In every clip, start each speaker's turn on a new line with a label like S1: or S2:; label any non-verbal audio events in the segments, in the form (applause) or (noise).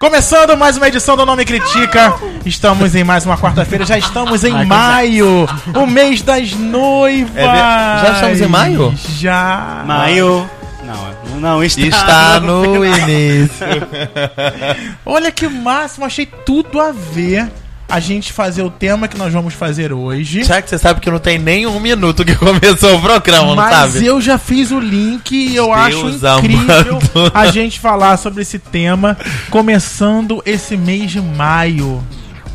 S1: Começando mais uma edição do Nome Critica. Estamos em mais uma quarta-feira, já estamos em maio, o mês das noivas.
S2: Ah, É ver- já estamos em maio?
S1: Já.
S3: Maio. Não, Ah, não está.
S2: Está no início.
S1: Olha que máximo, achei tudo a ver a gente fazer o tema que nós vamos fazer hoje.
S2: Já que você sabe que não tem nem um minuto que começou o programa, não
S1: Mas
S2: sabe?
S1: eu já fiz o link e eu
S2: Deus
S1: acho incrível
S2: (laughs) amado.
S1: a gente falar sobre esse tema começando esse mês de maio,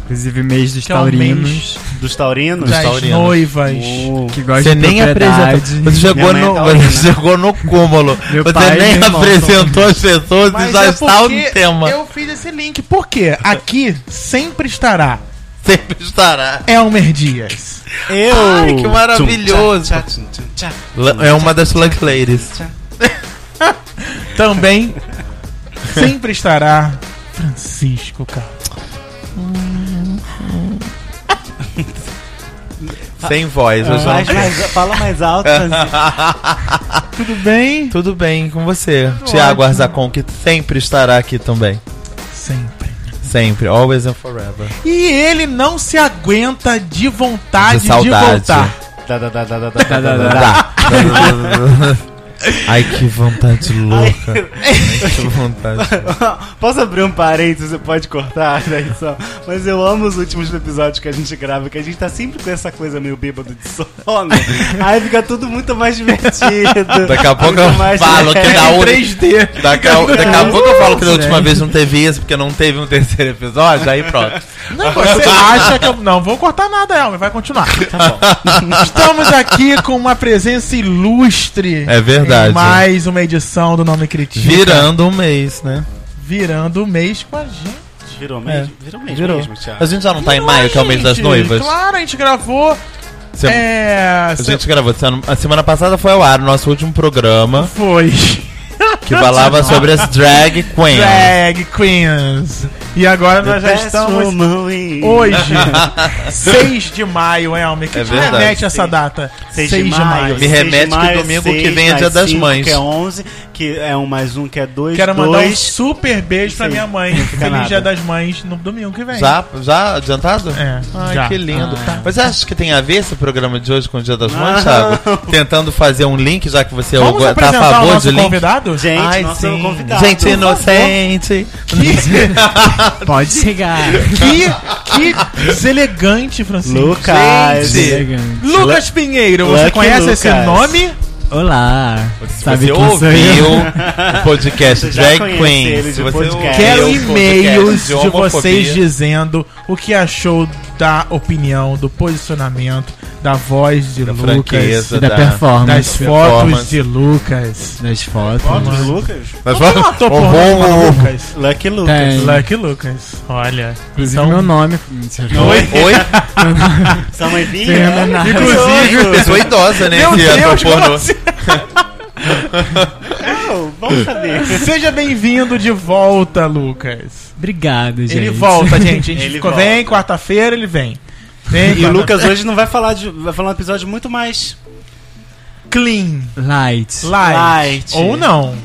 S4: Inclusive mês dos
S1: que é o
S4: taurinos.
S1: mês
S3: Dos taurinos?
S1: das
S2: taurinos.
S1: noivas.
S3: Oh.
S4: Que gosta
S2: Você
S4: de
S2: nem
S4: propriedade.
S2: apresentou. Você chegou,
S3: Minha mãe é
S2: no,
S3: taurina.
S2: você chegou no cúmulo.
S4: Meu
S2: Você
S4: pai e
S2: nem
S4: meu irmão
S2: apresentou as pessoas e já está o
S1: é porque
S2: tema.
S1: Eu fiz esse link. Por quê? Aqui sempre estará
S2: Sempre estará.
S1: Elmer Dias.
S3: Eu!
S2: Ai, que maravilhoso.
S3: Tchá, tchá, tchá, tchá, tchá.
S2: L- É uma das Slug Ladies.
S1: Também sempre estará Francisco, cara.
S2: Sem voz, eu já
S3: Faz mais- fala mais alto, Francisco.
S1: Tudo bem?
S2: Tudo bem com você, Tiago Arzacon, que sempre estará aqui também.
S1: Sempre.
S2: Sempre, always and forever.
S1: E ele não se aguenta de vontade de,
S2: De saudade.
S1: voltar.
S3: Dá, dá, dá, dá, dá, dá, dá, dá, dá. (laughs)
S2: Tá. Ai, que vontade louca. Ai, que vontade.
S3: (laughs) Posso abrir um parênteses? Você pode cortar (laughs) da edição? Mas eu amo os últimos episódios que a gente grava, que a gente tá sempre com essa coisa meio bêbado de (laughs) sono. Aí fica tudo muito mais divertido.
S2: Daqui a pouco eu
S3: Muito mais
S2: falo que é
S3: leve.
S2: da
S1: Em
S2: outra.
S1: 3D.
S2: Daqui a, daqui a pouco eu falo que da última vez não teve isso, porque não teve um terceiro episódio, aí pronto.
S1: Não, você acha que eu. Não vou cortar nada, Elmer. Vai continuar.
S3: Tá
S1: Estamos aqui com uma presença ilustre.
S2: É verdade.
S1: Em mais uma edição do Nome Critica.
S2: Virando um mês, né?
S1: Virando o mês com a gente.
S3: Virou mesmo? É. Virou mesmo,
S2: Virou.
S3: mesmo, Thiago.
S2: A gente já não tá em maio, que é o mês das
S1: Gente,
S2: noivas.
S1: Claro, a gente gravou.
S2: Sem-
S1: É.
S2: A gente gravou. semana- A semana passada foi ao ar o nosso último programa
S1: Foi.
S2: que falava sobre as drag queens.
S1: Drag Queens. E agora nós já
S3: Best
S1: estamos.
S3: woman
S2: (laughs)
S3: in-
S1: Hoje, 6 de maio, Elmer. Que
S2: É
S1: te
S2: verdade.
S1: remete a essa data?
S3: 6 de maio.
S2: Me
S3: seis
S2: remete
S3: de
S2: que
S3: maio,
S2: domingo
S3: seis
S2: que vem é
S3: mais
S2: Dia das
S3: cinco,
S2: Mães.
S3: Que é 11, que é um mais um, que é 2,
S1: Quero mandar um
S3: dois.
S1: super beijo pra
S3: Sim.
S1: minha mãe.
S3: Não fica
S1: Feliz
S3: nada.
S1: Dia das Mães no domingo que vem.
S2: Já, já adiantado?
S1: É,
S2: Ai,
S1: já.
S2: que lindo.
S1: Ah.
S2: Mas acho que tem a ver esse programa de hoje com o Dia das Mães, Thiago? Tentando fazer um link, já que você
S1: Vamos
S2: go- tá a
S1: apresentar o
S2: favor de
S1: nosso
S2: link.
S1: convidado?
S3: Gente,
S2: Ai,
S3: nosso
S2: sim.
S3: convidado.
S2: Gente inocente.
S4: (laughs) Pode chegar.
S1: Que, que deselegante, Francisco.
S3: Lucas.
S2: Gente.
S4: Chega.
S1: Lucas Pinheiro, você
S3: Lucky
S1: conhece esse
S3: Lucas.
S1: nome?
S4: Olá.
S2: Se
S4: Sabe
S2: você
S4: quem sou
S2: ouviu
S4: eu?
S2: (laughs) o podcast
S3: Você já
S2: Drag
S3: conhece ele
S2: Queen,
S3: de
S2: se você
S3: podcast.
S2: ouviu
S1: Quero
S2: o
S1: e-mails
S2: podcast
S1: de, vocês
S2: homofobia,
S1: dizendo o que achou da opinião, do posicionamento, da voz de
S2: da
S1: Lucas,
S2: franqueza,
S4: Da
S1: das
S4: performance.
S1: fotos
S2: performance.
S1: de Lucas.
S4: Das fotos.
S3: Fotos Lucas? Tá.
S1: Não
S2: Mas
S1: tem um
S2: vamos-
S1: ator pornô chamado
S2: vamos-
S1: Lucas.
S3: Lucky Lucas.
S4: Tem.
S1: Lucky Lucas, olha.
S4: Inclusive
S1: Então-
S4: meu nome. Mentira.
S2: Oi?
S3: Sua mãe vinha?
S4: Tem nada.
S3: Olha que
S1: Inclusive-
S3: curioso.
S2: Pessoa idosa, né?
S1: Meu
S2: esse ator
S1: Deus,
S2: pornô.
S1: como assim?
S3: Não, Vamos saber.
S1: Seja bem-vindo de volta, Lucas.
S4: Obrigado, gente.
S1: Ele volta,
S3: (laughs)
S1: gente. A gente
S3: Ele
S1: ficou-
S3: volta.
S1: vem, quarta-feira ele vem. Vem,
S3: (laughs) E o Lucas hoje não vai falar de. Vai falar um episódio muito mais
S1: Clean,
S4: Light.
S1: light.
S3: Light.
S1: Ou não.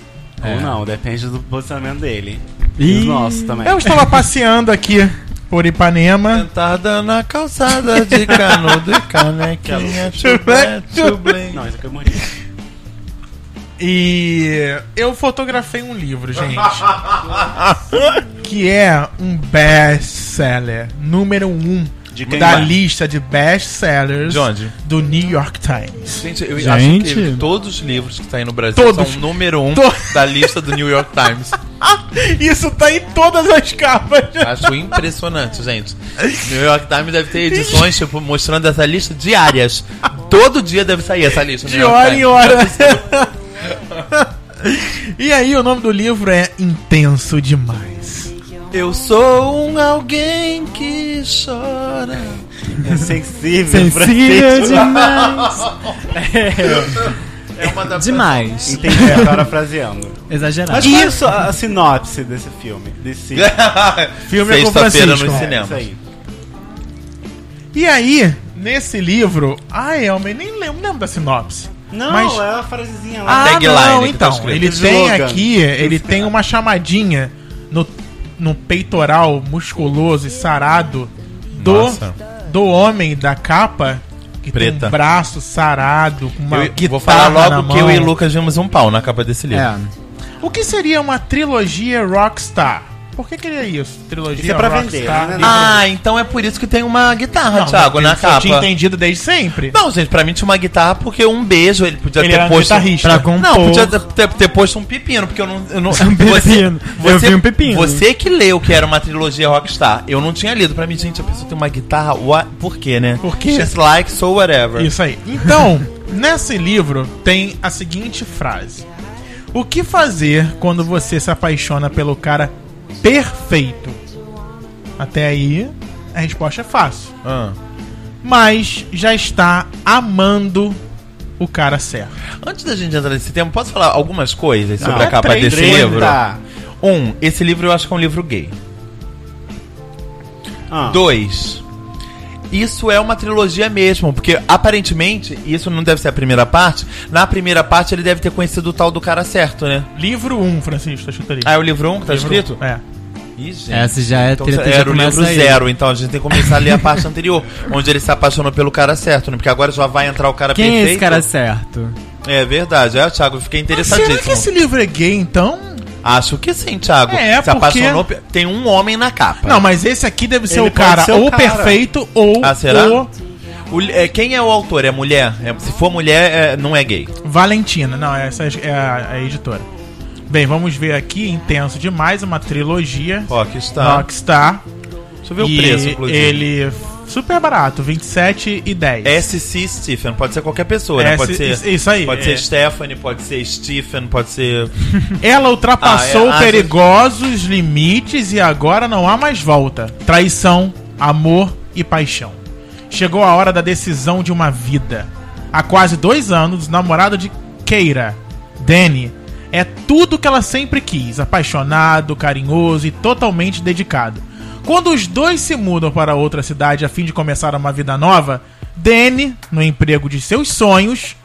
S4: É.
S3: Ou não, depende do posicionamento dele. E
S4: Ih,
S3: do nosso também.
S1: Eu estava passeando aqui por Ipanema.
S2: Sentada na calçada de canudo e canequinha. chulé, chulé.
S3: Não, isso aqui eu morri.
S1: E eu fotografei um livro, gente. que é um best-seller, número um
S3: De quem
S1: da
S3: vai?
S1: lista de best-sellers
S2: De onde?
S1: do New York Times.
S2: Gente, eu acho
S4: Gente.
S2: que todos os livros que saem no Brasil
S1: Todos.
S2: são o número um
S1: To-
S2: da lista do New York Times.
S1: Isso tá em todas as capas.
S2: Acho impressionante, gente. New York Times deve ter edições, tipo, mostrando essa lista diárias. Todo dia deve sair essa lista. no
S1: De
S2: New York
S1: hora em
S2: Times.
S1: hora. e aí, o nome do livro é Intenso Demais.
S2: Eu sou um alguém que chora.
S3: É sensível,
S4: Sensível
S3: Francisco.
S4: demais.
S2: É uma da
S4: Demais.
S3: Entendi, agora fraseando.
S4: Exagerado.
S3: Mas qual é a sua- a sinopse desse filme?
S2: (laughs)
S3: Desse.
S1: Filme é com
S2: Sexta-feira
S1: Francisco.
S2: nos
S1: É,
S2: cinemas.
S3: aí.
S1: E aí, nesse livro, ah, Elmer, nem lembro, lembro da sinopse.
S3: Não,
S1: Mas-
S3: é uma frasezinha lá.
S1: Ah,
S2: tagline
S1: não,
S2: que tá
S1: então,
S2: escrito.
S1: ele
S3: Slogan.
S1: tem aqui, ele tem uma chamadinha no no peitoral musculoso e sarado do,
S2: Nossa.
S1: do homem da capa. Que Tem
S2: Preta.
S1: um braço sarado, com uma
S2: Eu-
S1: guitarra
S2: vou falar
S1: na
S2: logo
S1: mão.
S2: que eu e o Lucas vimos um pau na capa desse livro.
S4: É.
S1: O que seria uma trilogia Rockstar? Por que que é isso? Trilogia
S3: Isso é pra vender, né?
S1: livro-
S2: Ah, então é por isso que tem uma guitarra,
S1: Não, um
S2: Thiago,
S1: eu
S2: na capa.
S1: tinha entendido desde sempre.
S2: Não, gente, pra mim tinha uma guitarra porque um beijo ele podia
S1: Ele
S2: ter
S1: era um
S2: posto.
S1: guitarrista.
S4: Pra compor.
S2: Não, podia ter, ter- ter posto um pepino, porque eu não. Eu não
S4: Um pepino. Eu vi um pepino.
S2: Você que leu que era uma trilogia Rockstar. Eu não tinha lido. Pra mim, gente, a pessoa tem uma guitarra. What, por quê, né?
S1: Por quê?
S2: Just like, so whatever.
S1: Isso aí. Então, (laughs) nesse livro tem a seguinte frase: O que fazer quando você se apaixona pelo cara perfeito? Até aí, a resposta é fácil.
S2: Ah.
S1: Mas já está amando o cara certo.
S2: Antes da gente entrar nesse tema, posso falar algumas coisas sobre
S3: Não,
S2: a capa
S1: três,
S2: desse
S1: três,
S2: livro?
S3: tá.
S2: Um, esse livro eu acho que é um livro gay.
S3: Ah.
S2: Dois. Isso é uma trilogia mesmo, porque aparentemente, isso não deve ser a primeira parte. Na primeira parte ele deve ter conhecido o tal do cara certo, né?
S1: Livro 1, um, Francisco, tá escrito ali.
S2: Ah, é o livro 1 um que tá
S1: Livro
S2: escrito?
S1: um. É.
S2: Ih, gente.
S4: Essa já é
S2: Então,
S4: treta, já
S2: era o
S4: começa
S2: livro
S4: aí.
S2: zero, então a gente tem que começar a ler a parte anterior, onde ele se apaixonou pelo cara certo, né? Porque agora já vai entrar o cara
S4: Quem é
S2: perfeito.
S4: esse cara Ah, certo?
S2: É verdade, é, Thiago, eu fiquei
S1: Será que
S2: interessadíssimo.
S1: esse livro é gay, então?
S2: Acho que sim, Thiago.
S1: É,
S2: se
S1: porque-
S2: apaixonou. pe- Tem um homem na capa.
S1: Não, mas esse aqui deve ser
S3: Ele
S1: o cara
S3: pode ser o
S1: ou
S3: cara.
S1: perfeito ou
S2: Ah, será?
S1: o
S2: O- é, quem é o autor? É mulher? É, se for mulher, é- não é gay.
S1: Valentina, não, essa é a, a editora. Bem, vamos ver aqui, intenso demais, uma trilogia.
S2: Ó, aqui está.
S1: Rockstar.
S2: Deixa eu ver
S1: e
S2: Tá. o preço, inclusive.
S1: Ele. Super barato, 27 e 10.
S2: SC Stephen, pode ser qualquer pessoa, né?
S1: S-
S2: Pode ser.
S1: isso aí,
S2: Pode
S1: é.
S2: ser Stephanie, pode ser Stephen, pode ser.
S1: Ela ultrapassou
S2: Ah, é, ah,
S1: perigosos limites e agora não há mais volta. Traição, amor e paixão. Chegou a hora da decisão de uma vida. Há quase dois anos, o namorado de Keira, Danny, é tudo que ela sempre quis: apaixonado, carinhoso e totalmente dedicado. Quando os dois se mudam para outra cidade a fim de começar uma vida nova, Danny, no emprego de seus sonhos,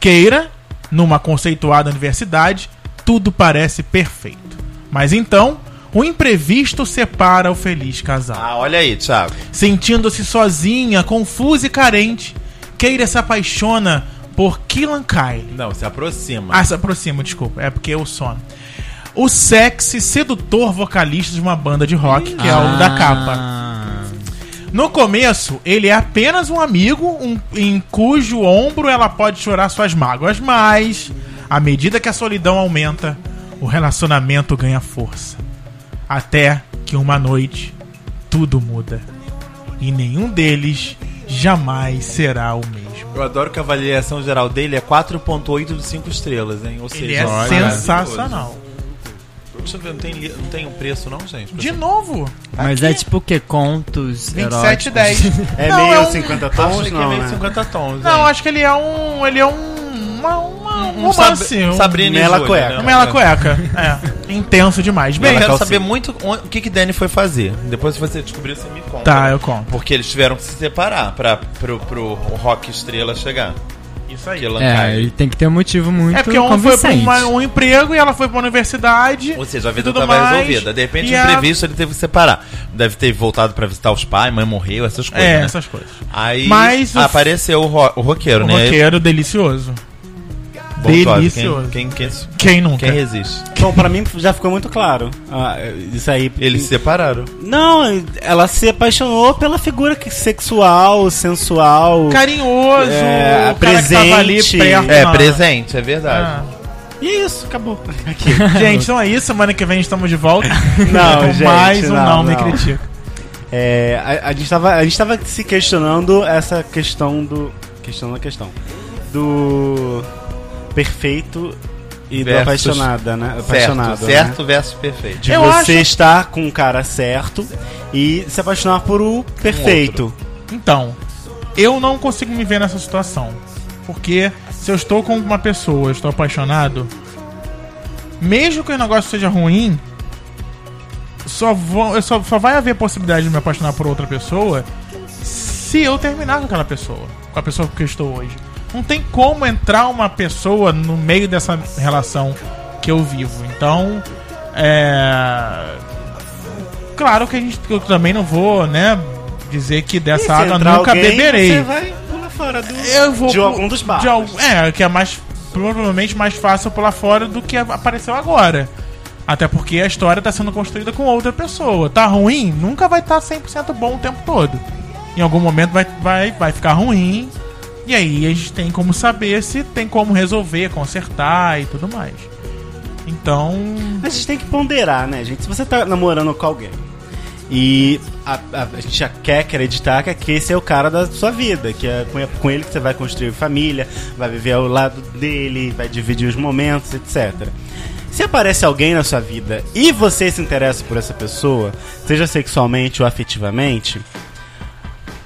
S1: Queira, numa conceituada universidade, tudo parece perfeito. Mas então, o imprevisto separa o feliz casal.
S2: Ah, olha aí, Thiago.
S1: Sentindo-se sozinha, confusa e carente, Keira se apaixona por Killan Kyle.
S2: Não, se aproxima.
S1: Ah, se aproxima, desculpa, é porque eu sono. O sexy sedutor vocalista de uma banda de rock, que é o da capa. No começo, ele é apenas um amigo um- em cujo ombro ela pode chorar suas mágoas, mas à medida que a solidão aumenta, o relacionamento ganha força. Até que uma noite tudo muda e nenhum deles jamais será o mesmo.
S2: Eu adoro que a avaliação geral dele é 4.8 de 5 estrelas, hein? Ou seja,
S1: Ele é
S2: olha,
S1: sensacional.
S2: Deixa eu ver, não tem, li- não tem um preço, não, gente?
S1: De novo,
S4: Mas é tipo o que? Contos
S1: 27 e
S4: (laughs)
S1: 10.
S3: É
S1: Não,
S3: meio
S1: é um-
S3: 50
S2: Acho
S3: tons,
S2: que é
S3: não,
S2: meio
S3: né?
S2: 50 tons.
S1: Não,
S2: hein?
S1: acho que ele é um, ele é um uma, uma- um
S2: Um
S1: romance,
S2: Sabri-
S1: um-
S2: Sabrina e
S3: Mela
S2: Júlia,
S3: cueca.
S2: né?
S1: Uma ela cueca. É. Intenso demais.
S2: Eu
S1: Bem,
S2: quero
S3: calcinha.
S2: saber muito on- o que que Danny foi fazer. Depois, se você descobrir, você me
S1: (laughs)
S2: conta.
S1: tá, eu conto.
S2: Porque eles tiveram que se separar pra, pro, pro rock estrela chegar.
S1: Isso aí.
S2: Que
S4: É,
S2: Lancaio.
S4: ele tem que ter um motivo muito
S1: É porque um foi pra
S4: convincente.
S1: uma- um emprego e ela foi pra universidade. É,
S2: Ou seja, a vida
S1: tudo
S2: tava
S1: mais,
S2: resolvida. De repente,
S1: e
S2: um
S1: a-
S2: imprevisto, ele teve que separar. Deve ter voltado pra visitar os pais, mãe morreu, essas coisas.
S1: É,
S2: né?
S1: essas coisas.
S2: Aí
S1: Mas o-
S2: apareceu o, ro o roqueiro,
S1: Um
S2: né?
S1: roqueiro delicioso.
S2: Bom, Todd,
S1: delicioso.
S2: Quem, quem, quem,
S1: Quem nunca?
S2: quem é? resiste?
S3: Bom, pra mim já ficou muito claro. Ah, isso aí.
S2: Eles se separaram.
S3: Não, ela se apaixonou pela figura que- sexual, sensual.
S1: Carinhoso,
S3: É,
S1: o cara que tava ali
S3: presente.
S1: perto.
S2: É,
S1: na-
S2: presente, é verdade.
S1: Ah.
S3: E é isso, acabou. (laughs)
S1: Gente, então é isso. Semana que vem estamos de volta.
S3: Não,
S1: Com
S3: gente,
S1: mais um
S3: não,
S1: não, me
S3: não.
S1: critica.
S3: É, a, a gente tava, a gente tava se questionando essa questão do. Questão da questão. Do perfeito e do
S2: Versus
S3: apaixonada, né? Apaixonado.
S2: certo,
S3: né?
S2: certo versus perfeito.
S3: De
S1: Eu
S3: você estar com o cara certo e se apaixonar por o perfeito.
S1: Então, eu não consigo me ver nessa situação. Porque se eu estou com uma pessoa, eu estou apaixonado, mesmo que o negócio seja ruim, só, vão, eu só, só vai haver possibilidade de me apaixonar por outra pessoa se eu terminar com aquela pessoa, com a pessoa com que eu estou hoje. Não tem como entrar uma pessoa no meio dessa relação que eu vivo. Então, é. claro que a gente eu também não vou, né, dizer que
S3: E
S1: dessa
S3: se
S1: água
S3: entrar
S1: nunca
S3: alguém,
S1: beberei.
S3: Você vai pular fora do.
S1: Eu vou
S3: de
S1: pro-
S3: algum dos barcos.
S1: de algum- é, que é mais provavelmente mais fácil pular fora do que apareceu agora. Até porque a história tá sendo construída com outra pessoa. Tá ruim? Nunca vai tá estar 100% bom o tempo todo. Em algum momento vai, vai, vai ficar ruim. E aí a gente tem como saber se tem como resolver, consertar e tudo mais. Então.
S3: Mas a gente tem que ponderar, né, gente? Se você tá namorando com alguém e a, a- a gente já quer acreditar que aqui esse é o cara da sua vida, que é com, com ele que você vai construir família, vai viver ao lado dele, vai dividir os momentos, etc. Se aparece alguém na sua vida e você se interessa por essa pessoa, seja sexualmente ou afetivamente,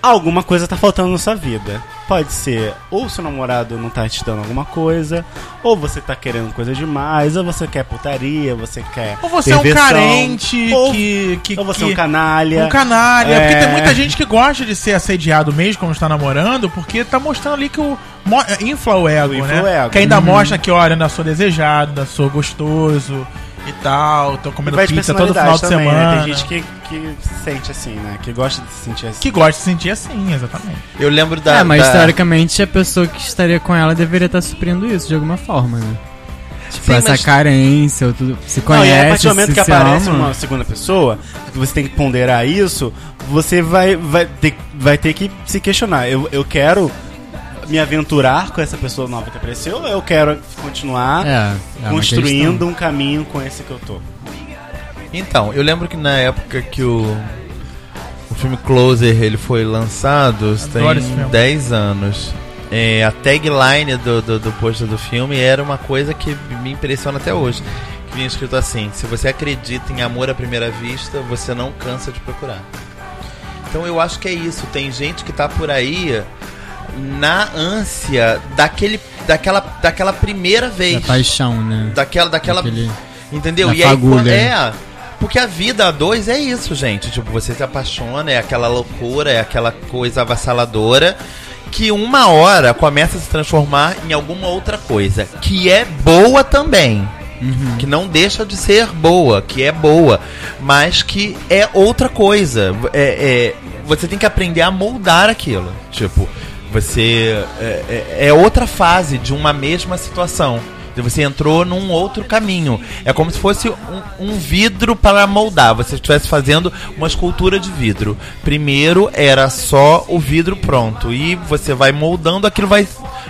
S3: alguma coisa tá faltando na sua vida. Pode ser ou seu namorado não tá te dando alguma coisa, ou você tá querendo coisa demais, ou você quer putaria, você quer.
S1: Ou você é um
S3: perversão,
S1: carente
S3: ou,
S1: que, que.
S3: ou você
S1: que-
S3: é um canalha.
S1: Um canalha.
S3: É.
S1: Porque tem muita gente que gosta de ser assediado mesmo quando está namorando, porque tá mostrando ali que o. mo- é, Infla o ego,
S3: O infla
S1: né?
S3: o ego. Uhum.
S1: Que ainda mostra que, olha, ainda sou desejado, ainda sou gostoso e tal. Tô comendo
S3: Vai de
S1: pizza todo final
S3: personalidade
S1: de
S3: também,
S1: semana.
S3: né? Tem gente que, que se sente assim, né? Que gosta de se sentir assim.
S1: Que gosta de se sentir assim, exatamente.
S2: Eu lembro da.
S4: é, mas
S2: da-
S4: teoricamente a pessoa que estaria com ela deveria estar suprindo isso de alguma forma, né? Tipo,
S2: Sim,
S4: essa
S2: mas-
S4: carência, ou tudo, se
S3: Não, e é
S4: conhece,
S3: a partir do momento
S4: se,
S3: que
S4: se
S3: aparece
S4: ama.
S3: uma segunda pessoa, que você tem que ponderar isso, você vai, vai, ter, vai ter que se questionar. Eu, eu quero me aventurar com essa pessoa nova que apareceu, ou eu quero continuar
S4: É, é uma
S3: construindo um caminho com esse que eu tô.
S2: Então, eu lembro que na época que o, o filme Closer ele foi lançado, isso
S1: Adoro esse
S2: tem
S1: filme.
S2: 10 anos. É, a tagline do, do, do pôster do filme era uma coisa que me impressiona até hoje. Que vinha escrito assim: Se você acredita em amor à primeira vista, você não cansa de procurar. Então eu acho que é isso. Tem gente que tá por aí na ânsia daquele, daquela, daquela primeira
S4: questão
S2: vez.
S4: da paixão, né?
S2: Daquela, daquela.
S4: Daquele-
S2: Entendeu?
S4: da
S2: E aí
S4: fagulha.
S2: quando é. Porque a vida a dois é isso, gente. Tipo, você se apaixona, é aquela loucura, é aquela coisa avassaladora. Que uma hora começa a se transformar em alguma outra coisa. Que é boa também. Que não deixa de ser boa, que é boa. Mas que é outra coisa. É, é- você tem que aprender a moldar aquilo. Tipo, você. É, é- é outra fase de uma mesma situação. Então, Você entrou num outro caminho. É como se fosse um, um vidro para moldar. Você estivesse fazendo uma escultura de vidro. Primeiro era só o vidro pronto. E você vai moldando, aquilo vai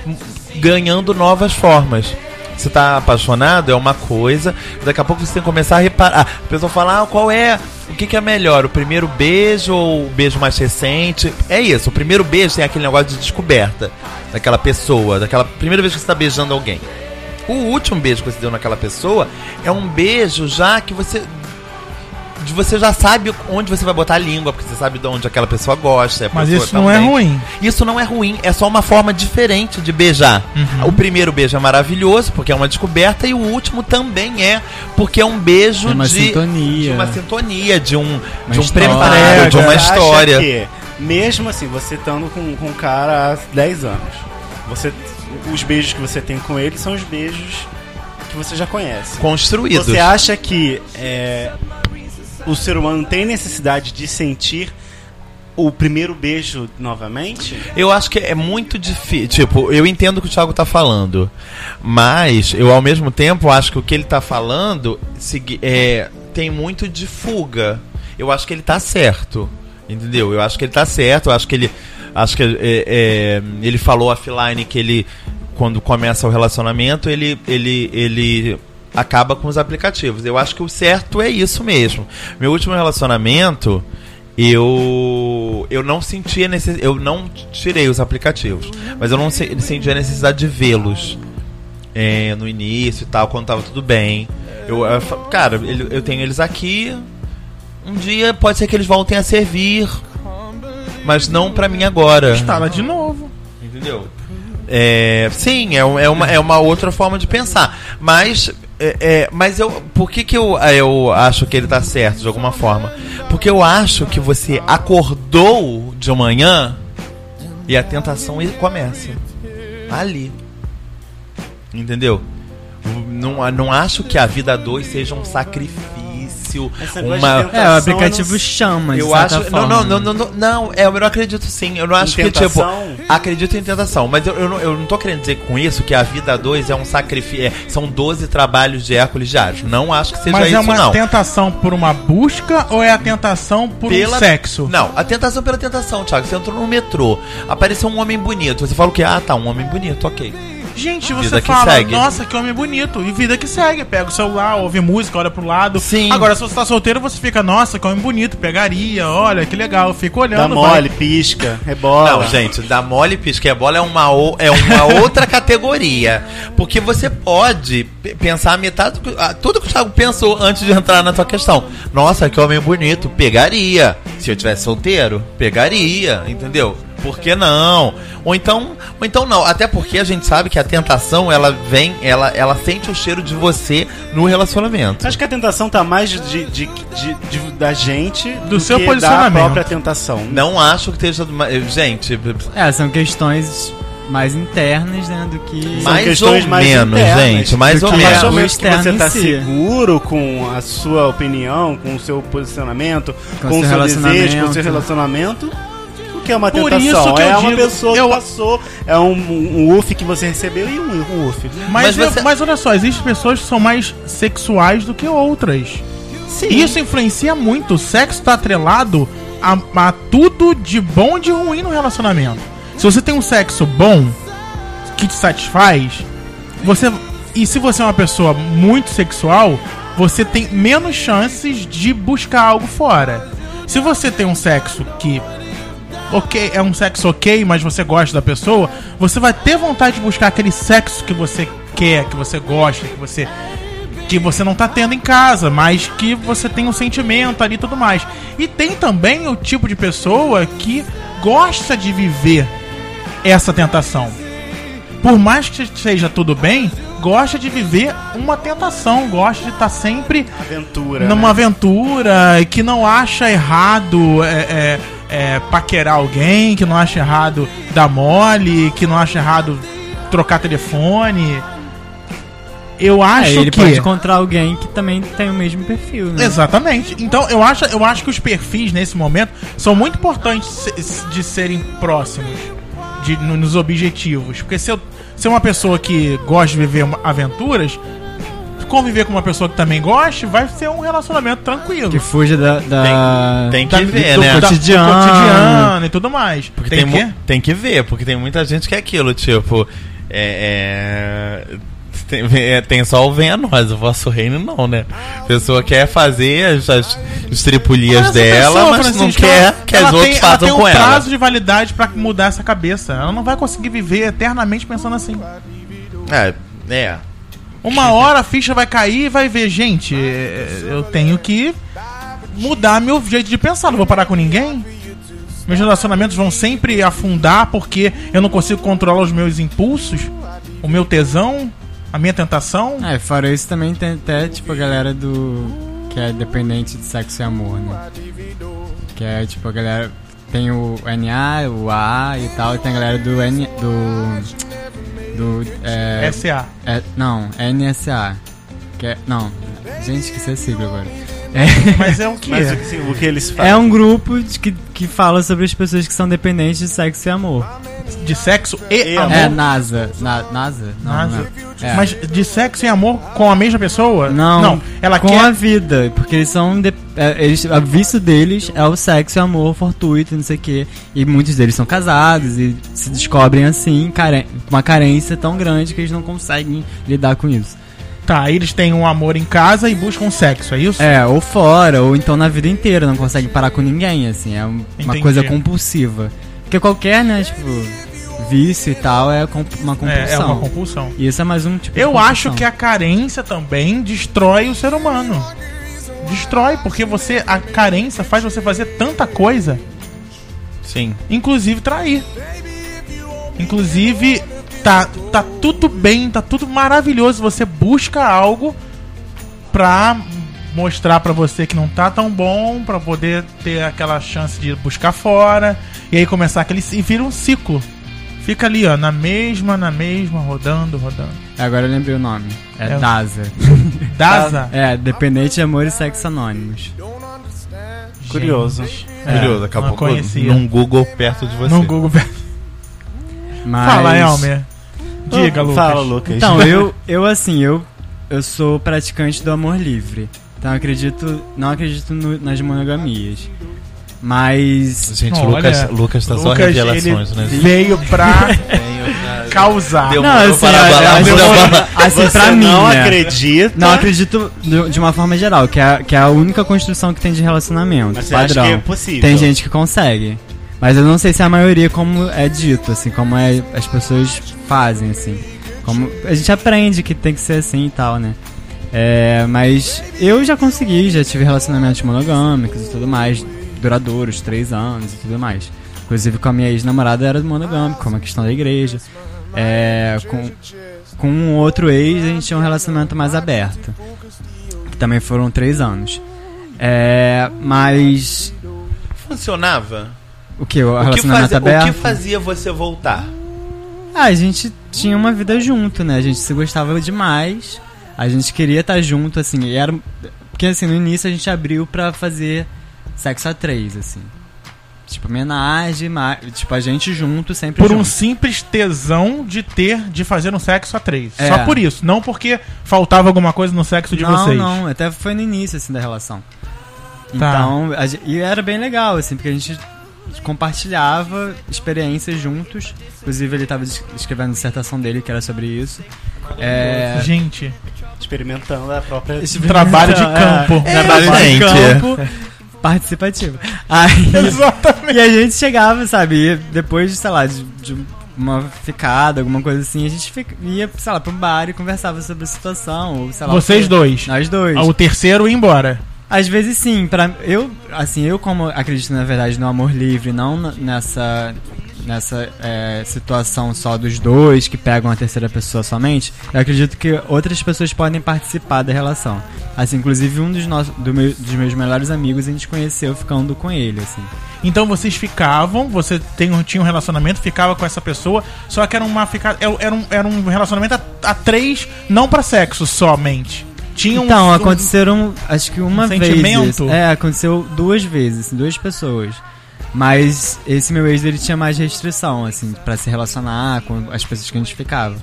S2: hum, ganhando novas formas. Você tá apaixonado, é uma coisa. Daqui a pouco você tem que começar a reparar. A pessoa fala, ah, qual é? O que, que é melhor? O primeiro beijo ou o beijo mais recente? É isso. O primeiro beijo tem aquele negócio de descoberta daquela pessoa, daquela primeira vez que você tá beijando alguém. O último beijo que você deu naquela pessoa é um beijo já que você. de Você já sabe onde você vai botar a língua, porque você sabe de onde aquela pessoa gosta. a
S1: Mas
S2: pessoa
S1: isso não é
S2: também.
S1: ruim.
S2: Isso não é ruim, é só uma forma diferente de beijar.
S4: Uhum.
S2: O primeiro beijo é maravilhoso, porque é uma descoberta, e o último também é, porque é um beijo
S4: É uma
S2: de,
S4: sintonia.
S2: de uma sintonia, de um,
S4: Uma
S2: de um
S4: história.
S2: preparo, de uma
S3: Você acha
S2: história.
S3: que, mesmo assim, você estando com, com um cara há 10 anos, você, os beijos que você tem com ele são os beijos que você já conhece.
S2: Construídos.
S3: Você acha que é, o ser humano tem necessidade de sentir o primeiro beijo novamente?
S2: Eu acho que é muito difícil. Tipo, eu entendo o que o Thiago tá falando. Mas eu, ao mesmo tempo, acho que o que ele tá falando segui- é, tem muito de fuga. Eu acho que ele tá certo. Entendeu? Eu acho que ele tá certo. Eu acho que ele. Acho que é, é, ele falou offline que ele. Quando começa o relacionamento, ele. ele, ele acaba com os aplicativos. Eu acho que o certo é isso mesmo. Meu último relacionamento, eu eu não sentia necessidade, eu não tirei os aplicativos, mas eu não se- sentia a necessidade de vê-los. É, no início e tal, quando tava tudo bem. Eu, eu fa- cara, ele- eu tenho eles aqui. Um dia pode ser que eles voltem a servir, mas não pra mim agora.
S1: Instala de novo.
S2: Entendeu? É, sim, é, um- é uma, é uma outra forma de pensar. Mas, é, é, mas eu, por que, que eu, eu acho que ele tá certo de alguma forma? Porque eu acho que você acordou de manhã e a tentação e- começa. Ali. Entendeu? Não, não acho que a vida a dois seja um sacrifício. o-
S3: Esse negócio de
S2: uma.
S3: tentação,
S4: É, o aplicativo
S3: eu não-
S4: chama, de
S2: Eu
S1: tá
S4: certa
S2: acho. Não, não,
S4: forma. né?
S2: não, não, não, não, é, eu não acredito sim. Eu não acho
S3: Em
S2: que, tipo.
S3: tentação?
S2: Acredito em tentação, mas eu, eu, não, eu não tô querendo dizer com isso que a vida a dois é um sacrifício. são 12 trabalhos de Hércules diários. Não acho que seja
S1: Mas
S2: isso,
S1: é uma
S2: não.
S1: tentação por uma busca ou é a tentação por um sexo?
S2: Não, a tentação pela tentação, Thiago. Você entrou no metrô, apareceu um homem bonito. Você fala o quê? Ah, tá, um homem bonito, ok.
S1: Gente,
S2: Vida
S1: você
S2: que
S1: fala,
S2: segue.
S1: nossa, que homem bonito. E vida que segue. Pega o celular, ouve música, olha pro lado.
S2: Sim.
S1: Agora, se você tá solteiro, você fica, nossa, que homem bonito. Pegaria, olha, que legal. Fica olhando.
S3: Dá
S1: vai.
S3: mole, pisca, rebola.
S2: Não, gente, da mole e pisca e bola é uma, o- é uma outra categoria. Porque você pode pe- pensar a metade do que, a- tudo que o Thiago pensou antes de entrar na tua questão. Nossa, que homem bonito, pegaria. Se eu tivesse solteiro, pegaria, entendeu? Por que não? Ou então, ou então não, até porque a gente sabe que a tentação, ela vem, ela, ela sente o cheiro de você no relacionamento.
S3: Acho que a tentação tá mais de, de- de- de- de- da gente
S1: Do seu
S3: que
S1: posicionamento.
S3: da própria tentação.
S2: Não acho que esteja. ma- Gente,
S4: É, são questões mais internas, né, do que...
S3: São
S2: mais ou
S3: questões mais
S2: menos,
S3: internas.
S2: gente. Mais
S4: Do
S2: ou
S4: que
S3: A
S2: menos.
S3: partir do
S4: o
S3: momento que você
S4: externo
S3: tá
S4: em si.
S3: seguro com a sua opinião, com o seu posicionamento, com,
S4: seu
S3: o seu desejo, com o seu
S4: relacionamento.
S3: relacionamento, o que é uma
S1: Por
S3: tentação?
S1: isso que
S3: é
S1: eu
S3: uma
S1: digo,
S3: pessoa
S1: eu-
S3: que passou, é um, um UF que você recebeu e um, um UF.
S1: Mas,
S2: Mas
S1: eu-
S2: você-
S1: mas olha só, existem pessoas que são mais sexuais do que outras.
S3: Sim.
S1: Isso influencia muito. O sexo tá atrelado a, a tudo de bom e de ruim no relacionamento. Se você tem um sexo bom, que te satisfaz, você. E se você é uma pessoa muito sexual, você tem menos chances de buscar algo fora. Se você tem um sexo que. Ok, é um sexo ok, mas você gosta da pessoa, você vai ter vontade de buscar aquele sexo que você quer, que você gosta, que você que você não tá tendo em casa, mas que você tem um sentimento ali e tudo mais. E tem também o tipo de pessoa que gosta de viver essa tentação. Por mais que seja tudo bem, gosta de viver uma tentação, gosta de estar sempre
S3: Aventura.
S1: numa
S3: né?
S1: aventura que não acha errado é, é, é, paquerar alguém, que não acha errado dar mole, que não acha errado trocar telefone. Eu
S4: É,
S1: acho
S4: ele
S1: que
S4: pode encontrar alguém que também tem o mesmo perfil,
S2: Uhum.
S4: né?
S1: Exatamente. Então eu acho, eu acho que os perfis nesse momento são muito importantes se- de serem próximos de, no- nos objetivos. Porque se eu se é uma pessoa que gosta de viver uma- aventuras, conviver com uma pessoa que também gosta vai ser um relacionamento tranquilo. Um
S4: Que fuja da... da...
S2: Tem
S1: Da-
S2: que ver,
S1: do-
S2: né?
S1: da- do
S4: Cotidiano.
S1: cotidiano e tudo mais.
S2: Porque tem,
S1: quê?
S2: mu- tem que ver, porque tem muita gente que é aquilo, tipo. É. é, Tem, é, tem só o venha nós, o vosso reino não, né?
S1: Ah,
S2: A pessoa quer fazer as, as, as tripulias
S1: Essa
S2: dela,
S1: pessoa,
S2: mas não
S1: Francisco,
S2: quer
S1: ela-
S2: que
S1: ela
S2: as
S1: tem-
S2: outras
S1: ela
S2: façam
S1: tem um
S2: com
S1: prazo
S2: ela.
S1: de validade pra mudar essa cabeça. Ela não vai conseguir viver eternamente pensando assim.
S2: É, é.
S1: Uma hora a ficha vai cair e vai ver, gente, é, eu tenho que mudar meu jeito de pensar, não vou parar com ninguém. Meus relacionamentos vão sempre afundar porque eu não consigo controlar os meus impulsos, o meu tesão, a minha tentação.
S4: É, fora isso também tem até, tipo, a galera do... Que é dependente de sexo e amor, né? Que é, tipo, a galera... Tem o NA, o A e tal, e tem a galera do N... Do... Do... É,
S1: SA.
S4: é, não, é NSA. Que é, não, gente, esqueci a sigla agora. É, (laughs)
S1: Mas é o que
S3: Mas
S1: é.
S3: o que, o que eles fazem?
S4: é um grupo de que, que fala sobre as pessoas que são dependentes de sexo e amor.
S1: De sexo e
S3: É,
S1: amor.
S4: É, NASA. Na, NASA? Não,
S1: NASA.
S4: não. É.
S1: Mas de sexo e amor com a mesma pessoa?
S4: Não,
S1: Ela
S4: com a
S1: quer.
S4: vida, porque eles são. De, é, eles, a vício deles é o sexo, e o amor fortuito, não sei o quê. E muitos deles são casados e se descobrem assim, caren- uma carência tão grande que eles não conseguem lidar com isso.
S1: Tá, eles têm um amor em casa e buscam sexo, é isso?
S4: É, ou fora, ou então na vida inteira, não consegue parar com ninguém, assim, é um- uma
S1: Entendi.
S4: coisa compulsiva. Porque qualquer, né, tipo, vício e tal é comp- uma compulsão.
S1: É, é uma compulsão.
S4: E isso é mais um tipo de
S1: Eu
S4: compulsão.
S1: acho que a carência também destrói o ser humano. Destrói, porque você. A carência faz você fazer tanta coisa,
S2: Sim.
S1: inclusive trair. Inclusive, tá, tá tudo bem, tá tudo maravilhoso. Você busca algo pra mostrar pra você que não tá tão bom, pra poder ter aquela chance de buscar fora. E aí começar aquele. ci- E vira um ciclo. Fica ali, ó, na mesma, na mesma, rodando, rodando.
S4: Agora eu lembrei o nome. É,
S1: É o-
S4: Daza.
S1: Daza.
S4: é, Dependente de Amor e Sexo Anônimos.
S3: Curioso.
S1: É,
S2: Curioso, acabou
S1: não conhecia.
S2: num Google perto de você.
S1: No Google.
S4: Mas...
S1: Fala, Elmer. Diga, Lucas.
S3: Fala, Lucas.
S4: Então, eu, eu assim, eu, eu sou praticante do amor livre. Então eu acredito, não acredito no- nas monogamias. Mas
S2: Gente,
S1: Olha,
S2: Lucas, Lucas tá só
S1: Lucas,
S2: revelações,
S1: ele
S2: né?
S1: Veio pra
S2: (laughs)
S1: causar.
S2: Deu-
S4: não,
S2: eu
S4: assim,
S2: para a
S4: olha,
S2: bala,
S4: assim,
S2: eu para
S4: assim, pra
S3: Você
S4: mim,
S3: não
S4: né?
S3: acredita.
S4: Não acredito do- de uma forma geral, que é, que é a única construção que tem de relacionamento,
S3: Mas você acha
S4: padrão.
S3: que é possível?
S4: Tem gente que consegue. Mas eu não sei se a maioria como é dito, assim, como é, as pessoas fazem, assim. Como, a gente aprende que tem que ser assim e tal, né? É, mas eu já consegui, já tive relacionamentos monogâmicos e tudo mais, duradouros, três anos e tudo mais. Inclusive com a minha ex-namorada era monogâmico, uma questão da igreja. É, com, com um outro ex a gente tinha um relacionamento mais aberto. Que também foram três anos. É, mas
S2: Funcionava?
S4: o que? O
S2: O que,
S4: relacionamento
S2: fazia, o
S4: aberto?
S2: que fazia você voltar?
S4: Ah, a gente tinha uma vida junto, né? A gente se gostava demais. A gente queria estar junto, assim. E era... Porque, assim, no início a gente abriu pra fazer sexo a três, assim. Tipo, homenagem, ma- tipo, a gente junto, sempre
S1: Por
S4: junto.
S1: um simples tesão de ter, de fazer um sexo a três.
S4: É.
S1: Só por isso. Não porque faltava alguma coisa no sexo de
S4: não,
S1: vocês.
S4: Não, até foi no início, assim, da relação.
S1: Tá.
S4: Então, a gen- e era bem legal, assim, porque a gente compartilhava experiências juntos. Inclusive, ele tava es- escrevendo a dissertação dele, que era sobre isso. É...
S1: Gente,
S3: Experimentando a própria.
S4: Esse
S1: trabalho de
S4: é,
S1: campo.
S4: trabalho de
S2: Evidente.
S4: campo participativo. Aí,
S1: Exatamente.
S4: e a gente chegava, sabe? E depois, sei lá, de, de uma ficada, alguma coisa assim, a gente fica- ia, sei lá, pra um bar e conversava sobre a situação, ou sei lá.
S1: Vocês dois.
S4: Nós dois.
S1: O terceiro ir embora.
S4: Às vezes sim, para eu, assim, eu como acredito na verdade no amor livre, não n- nessa nessa é, situação só dos dois que pegam a terceira pessoa somente, eu acredito que outras pessoas podem participar da relação. Assim, inclusive um dos nossos do meu- dos meus melhores amigos a gente conheceu ficando com ele, assim.
S1: Então vocês ficavam, você tem, um- tinha um relacionamento, ficava com essa pessoa, só que era uma fica, era, era um, era um relacionamento a, a três, não pra sexo somente. Tinha um,
S4: Então,
S1: um-
S4: aconteceram, acho que uma
S1: um
S4: vez.
S1: sentimento?
S4: isso. É, aconteceu duas vezes, assim, duas pessoas. Mas esse meu ex, ele tinha mais restrição, assim, pra se relacionar com as pessoas que a gente ficava.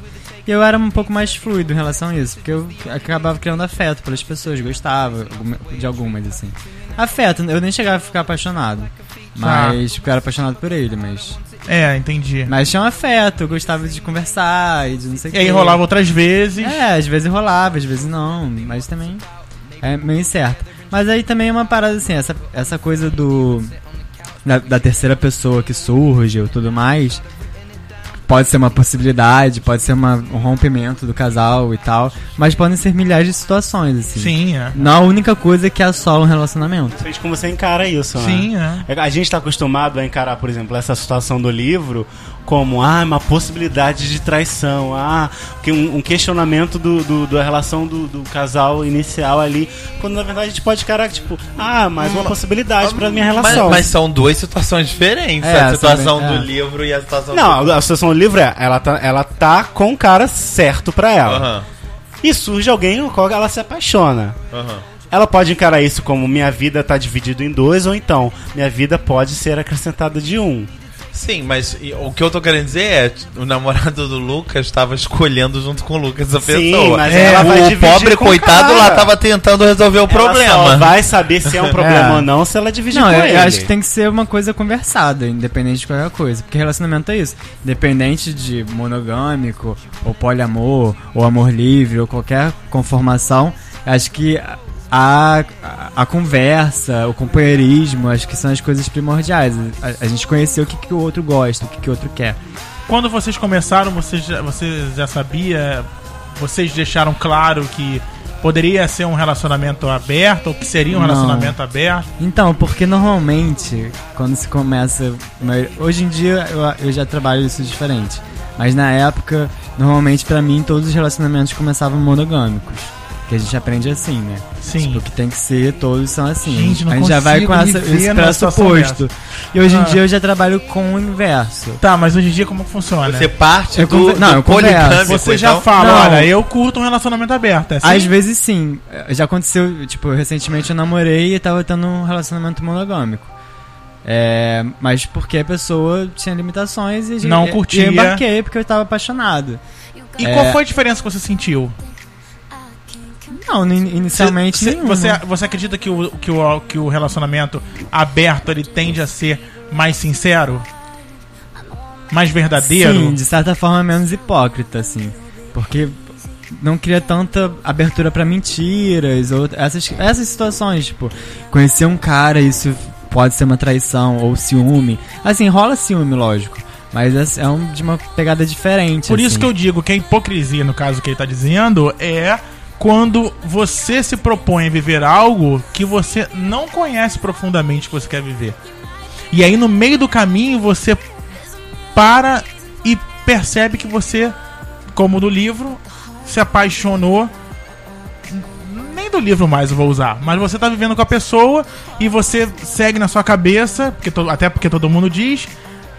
S4: E eu era um pouco mais fluido em relação a isso, porque eu acabava criando afeto pelas pessoas, gostava alguma- de algumas, assim. Afeto, eu nem chegava a ficar apaixonado.
S1: Tá.
S4: Mas, porque eu era apaixonado por ele, mas.
S1: É, entendi.
S4: Mas tinha um afeto, eu gostava de conversar e de não sei o
S1: E
S4: que.
S1: aí rolava outras vezes.
S4: É, às vezes rolava, às vezes não, mas também é meio incerto. Mas aí também é uma parada assim, essa, essa coisa do. Da, da terceira pessoa que surge ou tudo mais. Pode ser uma possibilidade, pode ser uma- um rompimento do casal e tal. Mas podem ser milhares de situações, assim.
S1: Sim, é.
S4: Não é a única coisa que assola um relacionamento.
S3: Fez como você encara isso,
S4: Ah.
S3: né?
S1: Sim, é.
S3: A gente está acostumado a encarar, por exemplo, essa situação do livro como ah, uma possibilidade de traição, ah, que um, um questionamento do, do- da relação do, do casal inicial ali, quando na verdade a gente pode encarar que, tipo, ah, mais uma possibilidade para minha
S2: Mas,
S3: relação.
S2: mas são duas situações diferentes.
S4: É,
S2: a situação
S4: também, é.
S2: do livro e a situação do...
S3: Não, a situação do livro é, ela tá, ela tá com o cara certo pra ela.
S2: Aham,
S3: E surge alguém no qual ela se apaixona.
S2: aham.
S3: Ela pode encarar isso como minha vida tá dividida em dois, ou então, minha vida pode ser acrescentada de um.
S2: Sim, mas e- o que eu tô querendo dizer é o namorado do Lucas tava escolhendo junto com o Lucas a pessoa.
S3: Sim, mas
S2: É,
S3: ela vai
S2: o
S3: dividir
S2: pobre
S3: com o
S2: coitado lá
S3: cara.
S2: tava tentando resolver o
S3: Ela só
S2: problema.
S3: vai saber se é um problema
S4: (laughs) É.
S3: ou não se ela dividir
S4: Não,
S3: com
S4: eu,
S3: ele.
S4: eu acho que tem que ser uma coisa conversada, independente de qualquer coisa. Porque relacionamento é isso. Independente de monogâmico, ou poliamor, ou amor livre, ou qualquer conformação, acho que a, a, a conversa, o companheirismo, acho que são as coisas primordiais. A, a gente conhecer o que, que o outro gosta, o que, que o outro quer.
S1: Quando vocês começaram, vocês já, você já sabia, vocês deixaram claro que poderia ser um relacionamento aberto, ou que seria um
S4: Não.
S1: relacionamento aberto.
S4: Então, porque normalmente, quando se começa. mas Hoje em dia eu, eu já trabalho isso diferente. Mas na época, normalmente pra mim, todos os relacionamentos começavam monogâmicos. Que a gente aprende assim, né?
S1: Sim.
S4: Tipo, que tem que ser, todos são assim.
S1: Gente, não
S4: a gente já vai com
S1: consigo
S4: essa,
S1: me ver
S4: esse
S1: numa situação
S4: pressuposto. E hoje
S1: Ah.
S4: em dia eu já trabalho com o inverso.
S1: Tá, mas hoje em dia como que funciona?
S2: Você parte
S4: Eu
S2: do,
S4: conver- não,
S2: do
S4: eu converso.
S2: poligâmico,
S1: Você já
S2: então?
S1: fala,
S4: Não.
S1: olha, eu curto um relacionamento aberto. É assim?
S4: Às vezes sim. Já aconteceu, tipo, recentemente eu namorei e tava tendo um relacionamento monogâmico. É, mas porque a pessoa tinha limitações e a gente-
S1: Não
S4: e-
S1: curtia.
S4: E eu embarquei porque eu tava apaixonado.
S1: E
S4: É.
S1: qual foi a diferença que você sentiu?
S4: Não, in- inicialmente
S1: Você-
S4: nenhuma.
S1: você, você acredita que o, que, o, que o relacionamento aberto ele tende a ser mais sincero? Mais verdadeiro?
S4: Sim, de certa forma é menos hipócrita, assim. Porque não cria tanta abertura pra mentiras, ou essas, essas situações, tipo, conhecer um cara, isso pode ser uma traição, ou ciúme. Assim, rola ciúme, lógico. Mas é é um, de uma pegada diferente. assim.
S1: Por isso que eu digo que a hipocrisia, no caso que ele tá dizendo, é quando você se propõe a viver algo que você não conhece profundamente que você quer viver. E aí no meio do caminho você para e percebe que você, como no livro, se apaixonou nem do livro mais eu vou usar, mas você tá vivendo com a pessoa e você segue na sua cabeça, porque to- até porque todo mundo diz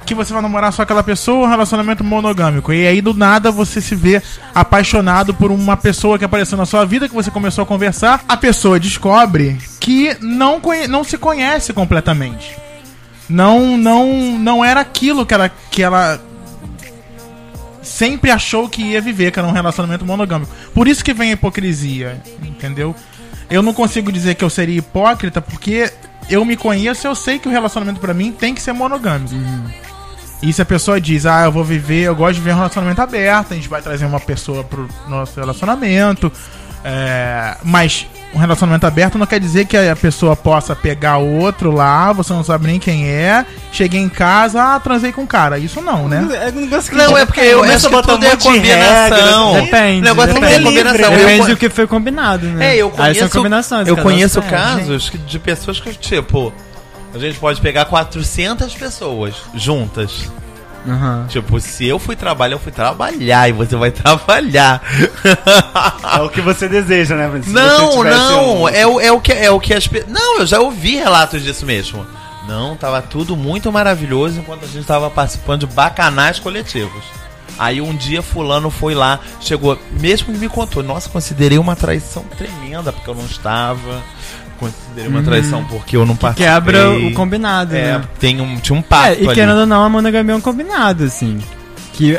S1: que você vai namorar só aquela pessoa, um relacionamento monogâmico. E aí do nada você se vê apaixonado por uma pessoa que apareceu na sua vida, que você começou a conversar, a pessoa descobre que não, conhe- não se conhece completamente. Não, não, não era aquilo que ela, que ela sempre achou que ia viver, que era um relacionamento monogâmico. Por isso que vem a hipocrisia, entendeu? Eu não consigo dizer que eu seria hipócrita porque eu me conheço, eu sei que o relacionamento pra mim tem que ser monogâmico. E se a pessoa diz, ah, eu vou viver, eu gosto de viver um relacionamento aberto, a gente vai trazer uma pessoa pro nosso relacionamento. é, mas um relacionamento aberto não quer dizer que a pessoa possa pegar outro lá, você não sabe nem quem é, cheguei em casa, ah, transei com o cara. Isso não, né?
S3: É um negócio que
S2: Não, é porque eu
S3: Começa
S2: acho
S3: a
S2: que
S3: botar um
S2: tudo é
S3: monte de
S2: combinação.
S3: regras,
S4: Depende,
S2: O negócio
S4: depende.
S2: é que é combinação.
S3: Depende
S2: Eu-
S4: Depende do que foi combinado, né?
S2: É, eu
S4: Aí são
S2: conheço.
S4: combinações.
S2: eu
S4: cada um
S2: conheço
S4: segue.
S2: casos que- de pessoas que, tipo, a gente pode pegar 400 pessoas juntas.
S4: Aham.
S2: Tipo, se eu fui trabalhar, eu fui trabalhar e você vai (laughs) trabalhar.
S3: É o que você deseja, né? Se você
S2: não,
S3: tivesse
S2: não,
S3: um-
S2: é, o, é, o que, é o que as pe- Não, eu já ouvi relatos disso mesmo. Não, tava tudo muito maravilhoso enquanto a gente tava participando de bacanais coletivos. Aí um dia fulano foi lá, chegou, mesmo que me contou, nossa, considerei uma traição tremenda porque eu não estava. Considerei uma traição porque eu não participei.
S4: Hum. Quebra o combinado,
S2: É,
S4: né?
S2: tem um, tinha um
S4: É,
S2: pacto
S4: e
S2: ali.
S4: querendo ou não, a monogamia é um combinado, assim. Que.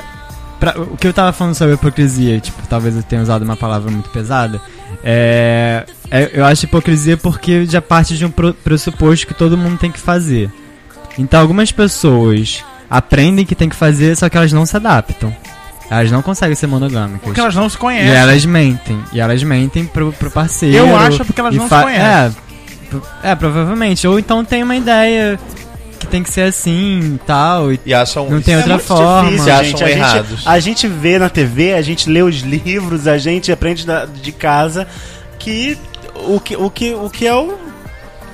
S4: pra- o que eu tava falando sobre hipocrisia, tipo, talvez eu tenha usado uma palavra muito pesada. É, é, eu acho hipocrisia porque já parte de um pro- pressuposto que todo mundo tem que fazer. Então algumas pessoas aprendem que tem que fazer, só que elas não se adaptam. Elas não conseguem ser monogâmicas.
S1: Porque elas não se
S4: E
S1: conhecem.
S4: elas mentem. E elas mentem pro, pro parceiro.
S1: Eu acho é porque elas
S4: e
S1: não se
S4: fa-
S1: conhecem.
S4: É, pro- é, provavelmente. Ou então tem uma ideia que tem que ser assim e tal. E
S2: E acham
S4: não tem
S3: É
S4: outra
S3: muito
S4: forma.
S3: difícil,
S2: Se acham
S3: gente. A gente-
S2: errados.
S3: A gente vê na TV, a gente lê os livros, a gente aprende da- de casa que o que, o que o que é o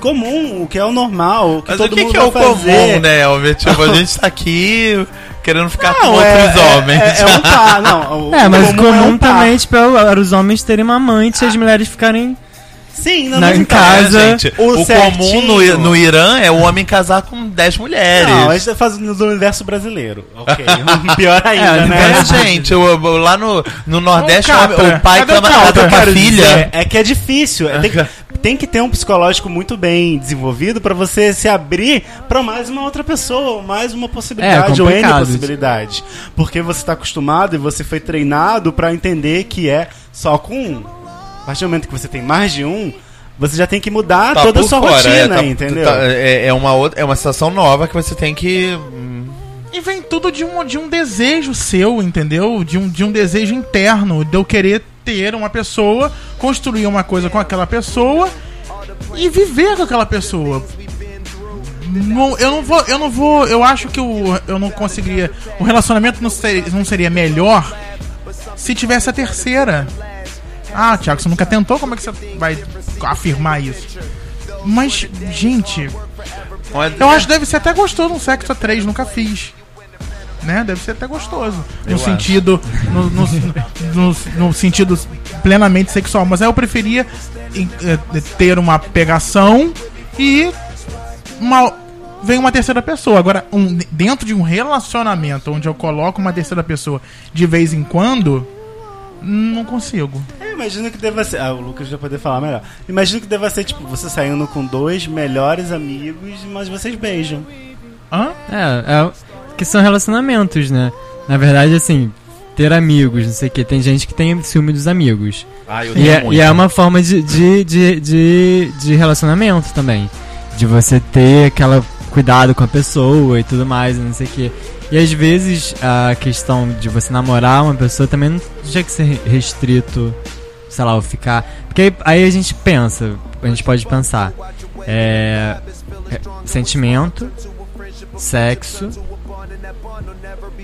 S3: comum, o que é o normal, o que
S2: Mas
S3: todo
S2: o que,
S3: mundo
S2: que é
S3: vai
S2: o
S3: fazer.
S2: comum, né, Elmer? Tipo,
S3: (laughs)
S2: a gente tá aqui querendo ficar com
S3: Não,
S2: outros
S3: é, é-
S2: homens.
S3: É, é um par, não. o-
S4: É, mas o comum,
S3: é um par.
S4: também, tipo, é os homens terem uma amante e as mulheres ficarem.
S3: Sim, não,
S4: Na-
S3: mas
S4: em
S3: então,
S4: casa.
S2: É, gente,
S3: O
S2: o comum
S3: certinho.
S2: no, I- no Irã é o homem casar com 10 mulheres.
S3: Não, a gente tá fazendo no universo brasileiro.
S2: (laughs)
S3: Ok. (laughs) Pior ainda,
S4: É,
S3: né?
S2: É, gente, o- o- lá no, no Nordeste,
S1: Ô,
S2: o,
S1: Capra,
S2: o pai
S1: cadê o
S2: clama
S1: Capra?
S2: casa com a
S3: Quero dizer,
S2: filha.
S3: É que é difícil. é, tem, que, tem que ter um psicológico muito bem desenvolvido pra você se abrir pra mais uma outra pessoa, mais uma possibilidade,
S4: É,
S3: ou N
S4: complicado.
S3: possibilidades. Porque você tá acostumado e você foi treinado pra entender que é só com um. A partir do momento que você tem mais de um, você já tem que mudar
S2: Tá
S3: toda a
S2: por
S3: sua
S2: fora, é,
S3: rotina,
S2: tá-
S3: entendeu?
S2: tá- é, é uma outra, é uma situação nova que você tem que. hum,
S1: E vem tudo de um, de um desejo seu, entendeu? De um, de um desejo interno, de eu querer ter uma pessoa, construir uma coisa com aquela pessoa e viver com aquela pessoa. Não, eu não vou, eu não vou, eu acho que o, eu não conseguiria. O relacionamento não seria, não seria melhor se tivesse a terceira. Ah, Thiago, você nunca tentou? Como é que você vai afirmar isso? Mas, gente, eu acho que deve ser até gostoso um sexo a três, nunca fiz. Né? Deve ser até gostoso. No
S2: Eu
S1: sentido. No, no, no- no sentido plenamente sexual. Mas aí eu preferia em- eh, ter uma pegação e uma, vem uma terceira pessoa. Agora, um- dentro de um relacionamento onde eu coloco uma terceira pessoa de vez em quando, não consigo.
S3: Eu imagino que deva ser. Ah, o Lucas vai poder falar melhor. Imagino que deva ser, tipo, você saindo com dois melhores amigos, mas vocês beijam.
S1: Hã?
S4: É, é o- que são relacionamentos, né? Na verdade, assim, ter amigos, não sei o quê. Tem gente que tem ciúme dos amigos.
S2: Ah, eu
S4: E é,
S2: muito.
S4: e é uma forma de, de, de, de, de relacionamento também. De você ter aquela cuidado com a pessoa e tudo mais, não sei o quê. E às vezes a questão de você namorar uma pessoa também não tinha que ser re- restrito, sei lá, ou ficar. Porque aí, aí a gente pensa, a gente pode pensar. É, é, sentimento, sexo.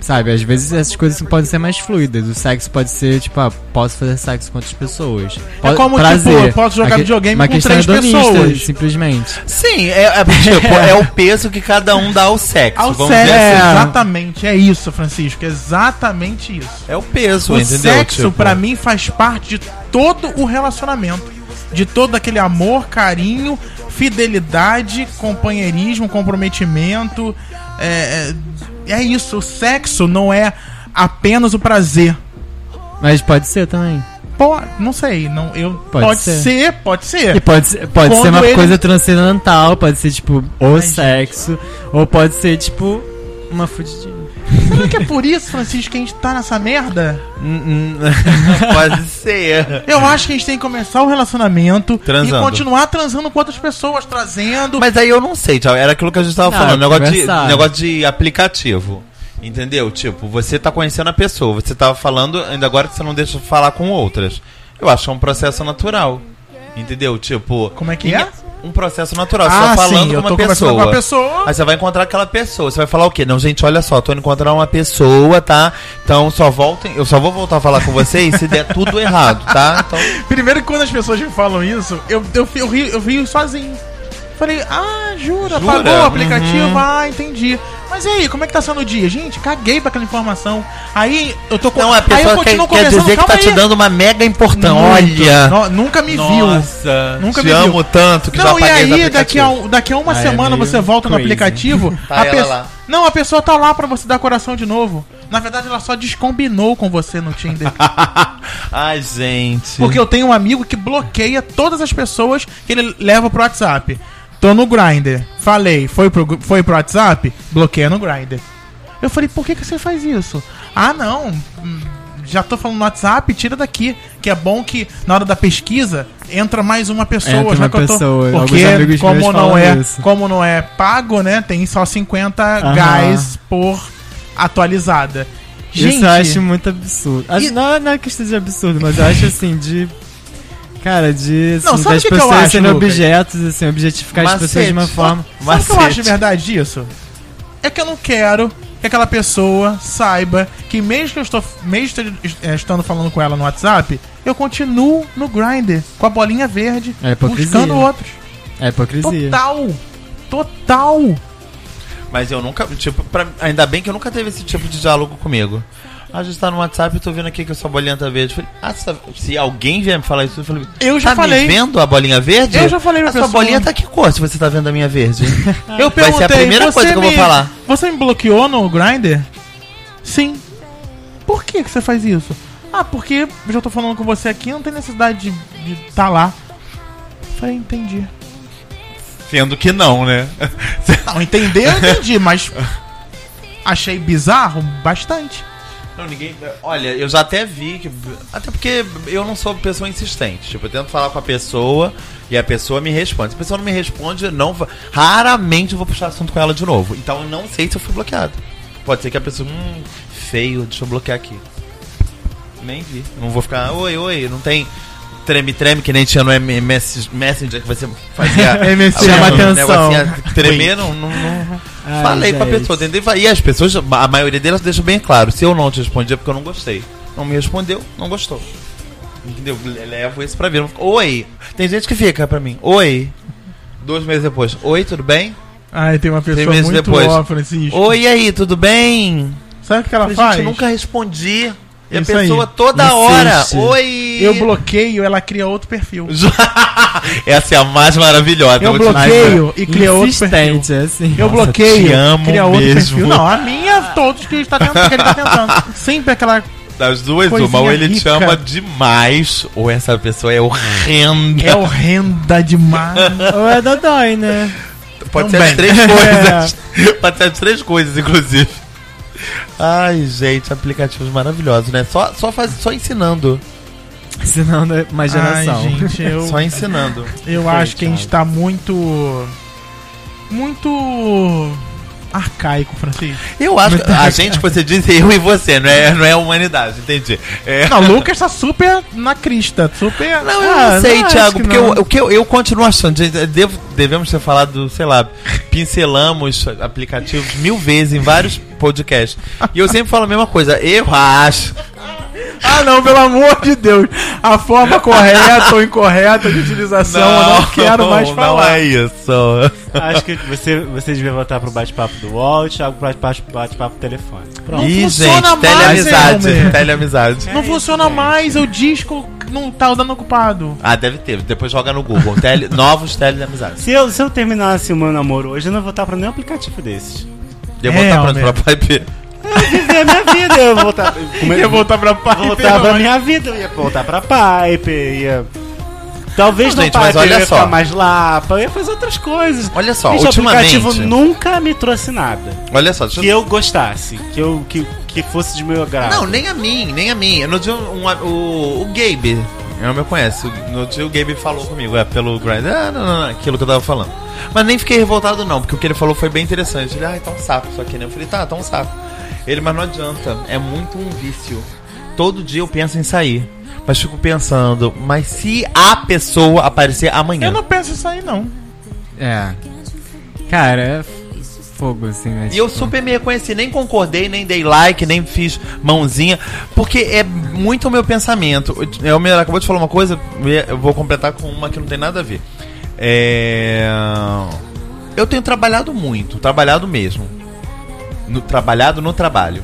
S4: Sabe, às vezes essas coisas assim podem ser mais fluidas. O sexo pode ser, tipo, ah, posso fazer sexo com outras pessoas.
S1: É
S4: Po-
S1: como, tipo, eu posso jogar
S4: Uma que-
S1: videogame
S4: uma
S1: com
S4: questão
S1: três
S4: hedonista,
S1: pessoas.
S4: Simplesmente.
S2: Sim, é, é,
S4: (laughs)
S2: tipo, é o peso que cada um dá ao sexo.
S1: Ao
S2: vamos
S1: sexo,
S2: dizer assim.
S1: exatamente. É isso, Francisco. Exatamente isso.
S2: É o peso,
S1: O
S2: entendeu?
S1: sexo,
S2: Tipo,
S1: pra mim, faz parte de todo o relacionamento. De todo aquele amor, carinho, fidelidade, companheirismo, comprometimento. É, é, é isso. O sexo não é apenas o prazer.
S4: Mas pode ser também.
S1: Pô, não sei. Não, eu, pode
S4: Pode
S1: ser.
S4: ser.
S1: pode
S4: E
S1: ser.
S4: pode ser, pode
S1: É. Quando
S4: ser uma
S1: ele-
S4: coisa transcendental, pode ser tipo o
S1: Ai,
S4: sexo, ou pode ser tipo uma fudidinha.
S1: Será que é por isso, Francisco, que a gente tá nessa merda?
S2: hum, (laughs) hum, Pode ser.
S1: Eu acho que a gente tem que começar o relacionamento
S2: Transando.
S1: e continuar É. transando com outras pessoas, trazendo.
S2: Mas aí eu não sei, Thiago. Era aquilo que a gente tava
S4: Não, é
S2: falando. Negócio de,
S4: conversar.
S2: negócio de aplicativo. Entendeu? Tipo, você tá conhecendo a pessoa, você tava falando, ainda agora que você não deixa falar com outras. Eu acho que é um processo natural. Entendeu? Tipo.
S1: Como é que
S2: em-
S1: é?
S2: Um processo natural.
S1: Ah,
S2: você tá
S1: sim,
S2: falando
S1: eu
S2: com
S1: tô
S2: uma
S1: conversando
S2: pessoa.
S1: com a pessoa.
S2: Aí você vai encontrar aquela pessoa. Você vai falar o quê? Não, gente, olha só, tô indo encontrar uma pessoa, tá? Então só voltem. Eu só vou voltar a falar com vocês se der tudo errado, tá? Então.
S1: Primeiro que quando as pessoas me falam isso, eu, eu, fi- eu, rio, eu rio sozinho. Falei, ah, jura,
S2: Jura? Uhum.
S1: pagou o aplicativo, ah, entendi. Mas e aí, como é que tá sendo o dia? Gente, caguei pra aquela informação. Aí eu tô com.
S2: Não, Então, é, a
S1: aí eu
S2: pessoa quer,
S1: continuo
S2: quer
S1: conversando,
S2: dizer que
S1: calma
S2: tá te
S1: aí.
S2: dando uma mega importância.
S1: Muito.
S2: Olha.
S1: No- nunca me viu.
S2: Nossa,
S1: Nunca
S2: te
S1: me viu.
S2: amo tanto que já
S1: Não, e
S2: apaguei esse
S1: aí,
S2: aplicativo.
S1: daqui a, um- daqui a uma
S4: Ah, é
S1: semana
S4: meio
S1: você volta no
S4: crazy.
S1: aplicativo.
S2: Tá ela
S1: pe-
S2: lá.
S1: Não, a pessoa tá lá pra você dar coração de novo. Na verdade, ela só descombinou com você no Tinder.
S2: (laughs) Ai, gente.
S1: um- Porque eu tenho um amigo que bloqueia todas as pessoas que ele leva pro WhatsApp. Tô no Grindr. Falei, foi pro, gru- foi pro WhatsApp? Bloqueia no Grindr. Eu falei, por que, que você faz isso? Ah, não. hum, Já tô falando no WhatsApp, tira daqui. Que é bom que na hora da pesquisa entra mais uma pessoa.
S4: Entra
S1: já
S4: uma
S1: que eu tô-
S4: pessoa, alguns
S1: Porque
S4: amigos
S1: como
S4: meus
S1: não,
S4: falam
S1: é,
S4: isso.
S1: como não é pago, né? Tem só 50
S4: Aham.
S1: gás por atualizada.
S4: Isso eu acho muito absurdo. Acho-
S1: E-
S4: Não, não é questão de absurdo, mas eu acho assim, de. Cara, de. Assim,
S1: Não, sabe
S4: das
S1: o que que eu
S4: pessoas
S1: acho,
S4: serem
S1: Lucas?
S4: objetos, assim, objetificar as pessoas de uma
S2: Macete.
S4: forma.
S1: Sabe o que eu acho de
S2: Macete.
S1: verdade disso? É que eu não quero que aquela pessoa saiba que mesmo que eu estou, mesmo est- eh, estando falando com ela no WhatsApp, eu continuo no Grindr, com a bolinha verde,
S4: É hipocrisia.
S1: buscando outros.
S4: É hipocrisia.
S1: Total! Total!
S2: Mas eu nunca, tipo, pra- ainda bem que eu nunca teve esse tipo de diálogo comigo. Ah, A gente tá no WhatsApp e tô vendo aqui que a sua bolinha tá verde. Eu Falei, ah, essa- se alguém vier me falar isso, eu falei,
S1: Eu já
S2: tá
S1: falei.
S2: me vendo a bolinha verde?
S1: Eu já falei pra
S2: A sua
S1: pessoa.
S2: bolinha tá que cor se você tá vendo a minha verde?
S1: (laughs) Eu
S2: Vai ser a primeira coisa que eu vou
S1: me-
S2: falar.
S1: Você me bloqueou no Grindr? Sim. Por que, que você faz isso? Ah, porque eu já tô falando com você aqui, não tem necessidade de estar lá. Falei, entendi.
S2: Sendo que não, (laughs) né?
S1: Não, entender eu entendi, mas achei bizarro bastante.
S2: Não, ninguém. Olha, eu já até vi que. Até porque eu não sou pessoa insistente. Tipo, eu tento falar com a pessoa e a pessoa me responde. Se a pessoa não me responde, eu não va- raramente eu vou puxar assunto com ela de novo. Então eu não sei se eu fui bloqueado. Pode ser que a pessoa. Hum, feio, deixa eu bloquear aqui. Nem vi. Eu não vou ficar. Oi, oi, não tem. Treme-treme, que nem tinha no MS Messenger que você fazia.
S4: (laughs) MSN.
S2: o
S4: Chama atenção.
S2: negocinho Tremer, não- não- não,
S4: Ai,
S2: Falei com a
S4: gente.
S2: pessoa, tentei falar. E as pessoas, a maioria delas deixa bem claro. Se eu não te respondi é porque eu não gostei. Não me respondeu, não gostou. Entendeu? Levo isso pra ver. Não fico, Oi. Tem gente que fica pra mim. Oi. Dois meses depois. Oi, tudo bem?
S1: Ai, tem uma pessoa
S2: Tem meses
S1: muito
S2: depois.
S1: ó, Francisco.
S2: Oi, e aí, tudo bem?
S1: Sabe o que ela
S2: Falei,
S1: faz?
S2: Gente, eu nunca respondi. E
S1: Isso
S2: a pessoa
S1: aí.
S2: toda
S3: Insiste.
S2: hora. Oi!
S1: Eu bloqueio, ela cria outro perfil.
S2: Essa é a mais maravilhosa.
S1: Eu
S2: vou te dizer.
S1: bloqueio e cria outro perfil.
S4: Insistente, assim.
S1: Eu bloqueio,
S2: te amo
S1: cria outro
S2: mesmo.
S1: perfil. Não, a minha, todos que ele tá tentando. Que ele tá tentando. Sempre aquela.
S2: Das duas,
S1: Coisinha
S2: uma, ou ele te
S1: rica.
S2: ama demais, ou essa pessoa é horrenda.
S1: É horrenda
S2: (laughs)
S1: demais.
S4: Ou é Dodói, né?
S2: Pode ser
S1: também.
S2: as três (laughs) coisas. Pode ser as três coisas, inclusive. Ai, gente, aplicativos maravilhosos, né? Só, só, faz, só ensinando.
S4: Senão da mais geração.
S1: Ai, gente, eu,
S2: Só ensinando.
S1: eu acho que a gente tá muito. Muito. arcaico,
S2: (laughs)
S1: Francisco.
S2: Eu acho que a gente, você diz eu e você, não é, não é a humanidade, entendi. É.
S1: Não, o Lucas tá super na crista. Super.
S2: Não, eu
S1: Ah,
S2: não sei,
S1: acho
S2: Thiago,
S1: que
S2: porque
S1: não.
S2: eu, o que eu, eu continuo achando, gente, eu devo- devemos ter falado, sei lá, pincelamos aplicativos mil vezes em vários podcasts. E eu sempre falo a mesma coisa, eu acho.
S1: Ah, não, pelo amor de Deus. A forma correta ou incorreta de utilização, eu não quero mais
S2: não
S1: falar.
S2: é isso.
S3: Acho que você, você devia voltar pro bate-papo do UOL e Thiago pro bate-papo bate-papo do telefone. Pronto.
S1: Não
S2: Ih,
S1: funciona
S2: gente,
S1: mais,
S2: teleamizade,
S1: Elmer.
S2: teleamizade.
S1: Não funciona mais, o disco não tá dando ocupado.
S2: Ah, deve ter, depois joga no Google,
S1: (laughs)
S2: tele, novos teleamizades.
S3: Se eu, se eu terminasse o meu namoro hoje, eu não vou voltar pra nenhum aplicativo desses.
S2: Deu
S1: É,
S2: botar pra,
S1: Elmer.
S2: pra Pipe.
S3: Viver a minha vida, eu
S2: (laughs)
S3: vou voltar.
S2: é
S3: Comer,
S1: Ia voltar pra
S3: Pra voltar pra minha vida, eu ia voltar pra Pipe, ia. Talvez
S2: Não,
S3: não,
S2: gente,
S3: Pipe,
S2: mas olha
S3: eu ia
S2: só.
S3: ficar mais lá, eu ia fazer outras coisas.
S2: Olha só,
S3: Bicho, o
S2: ultimamente.
S3: aplicativo nunca me trouxe nada
S2: Olha só, deixa
S3: que eu gostasse, que, eu, que, que fosse de meu agrado.
S2: Não, nem a mim, nem a mim. No dia um, o, o Gabe, eu me conheço. No dia o Gabe falou comigo, é pelo Grindr. Ah, não, não, não, aquilo que eu tava falando. Mas nem fiquei revoltado, não, porque o que ele falou foi bem interessante. Ele, ah, tá um saco isso aqui, né? Eu falei, tá, tá um saco. Ele, mas não adianta, é muito um vício. Todo dia eu penso em sair. Mas fico pensando, mas se a pessoa aparecer amanhã?
S1: Eu não penso isso aí, não.
S4: É. Cara, é f- fogo, assim, né?
S2: E eu
S4: tipo,
S2: super me reconheci, nem concordei, nem dei like, nem fiz mãozinha, porque é muito o meu pensamento. É, O Elmer acabou de falar uma coisa, eu vou completar com uma que não tem nada a ver. É... Eu tenho trabalhado muito, trabalhado mesmo. No, trabalhado no trabalho.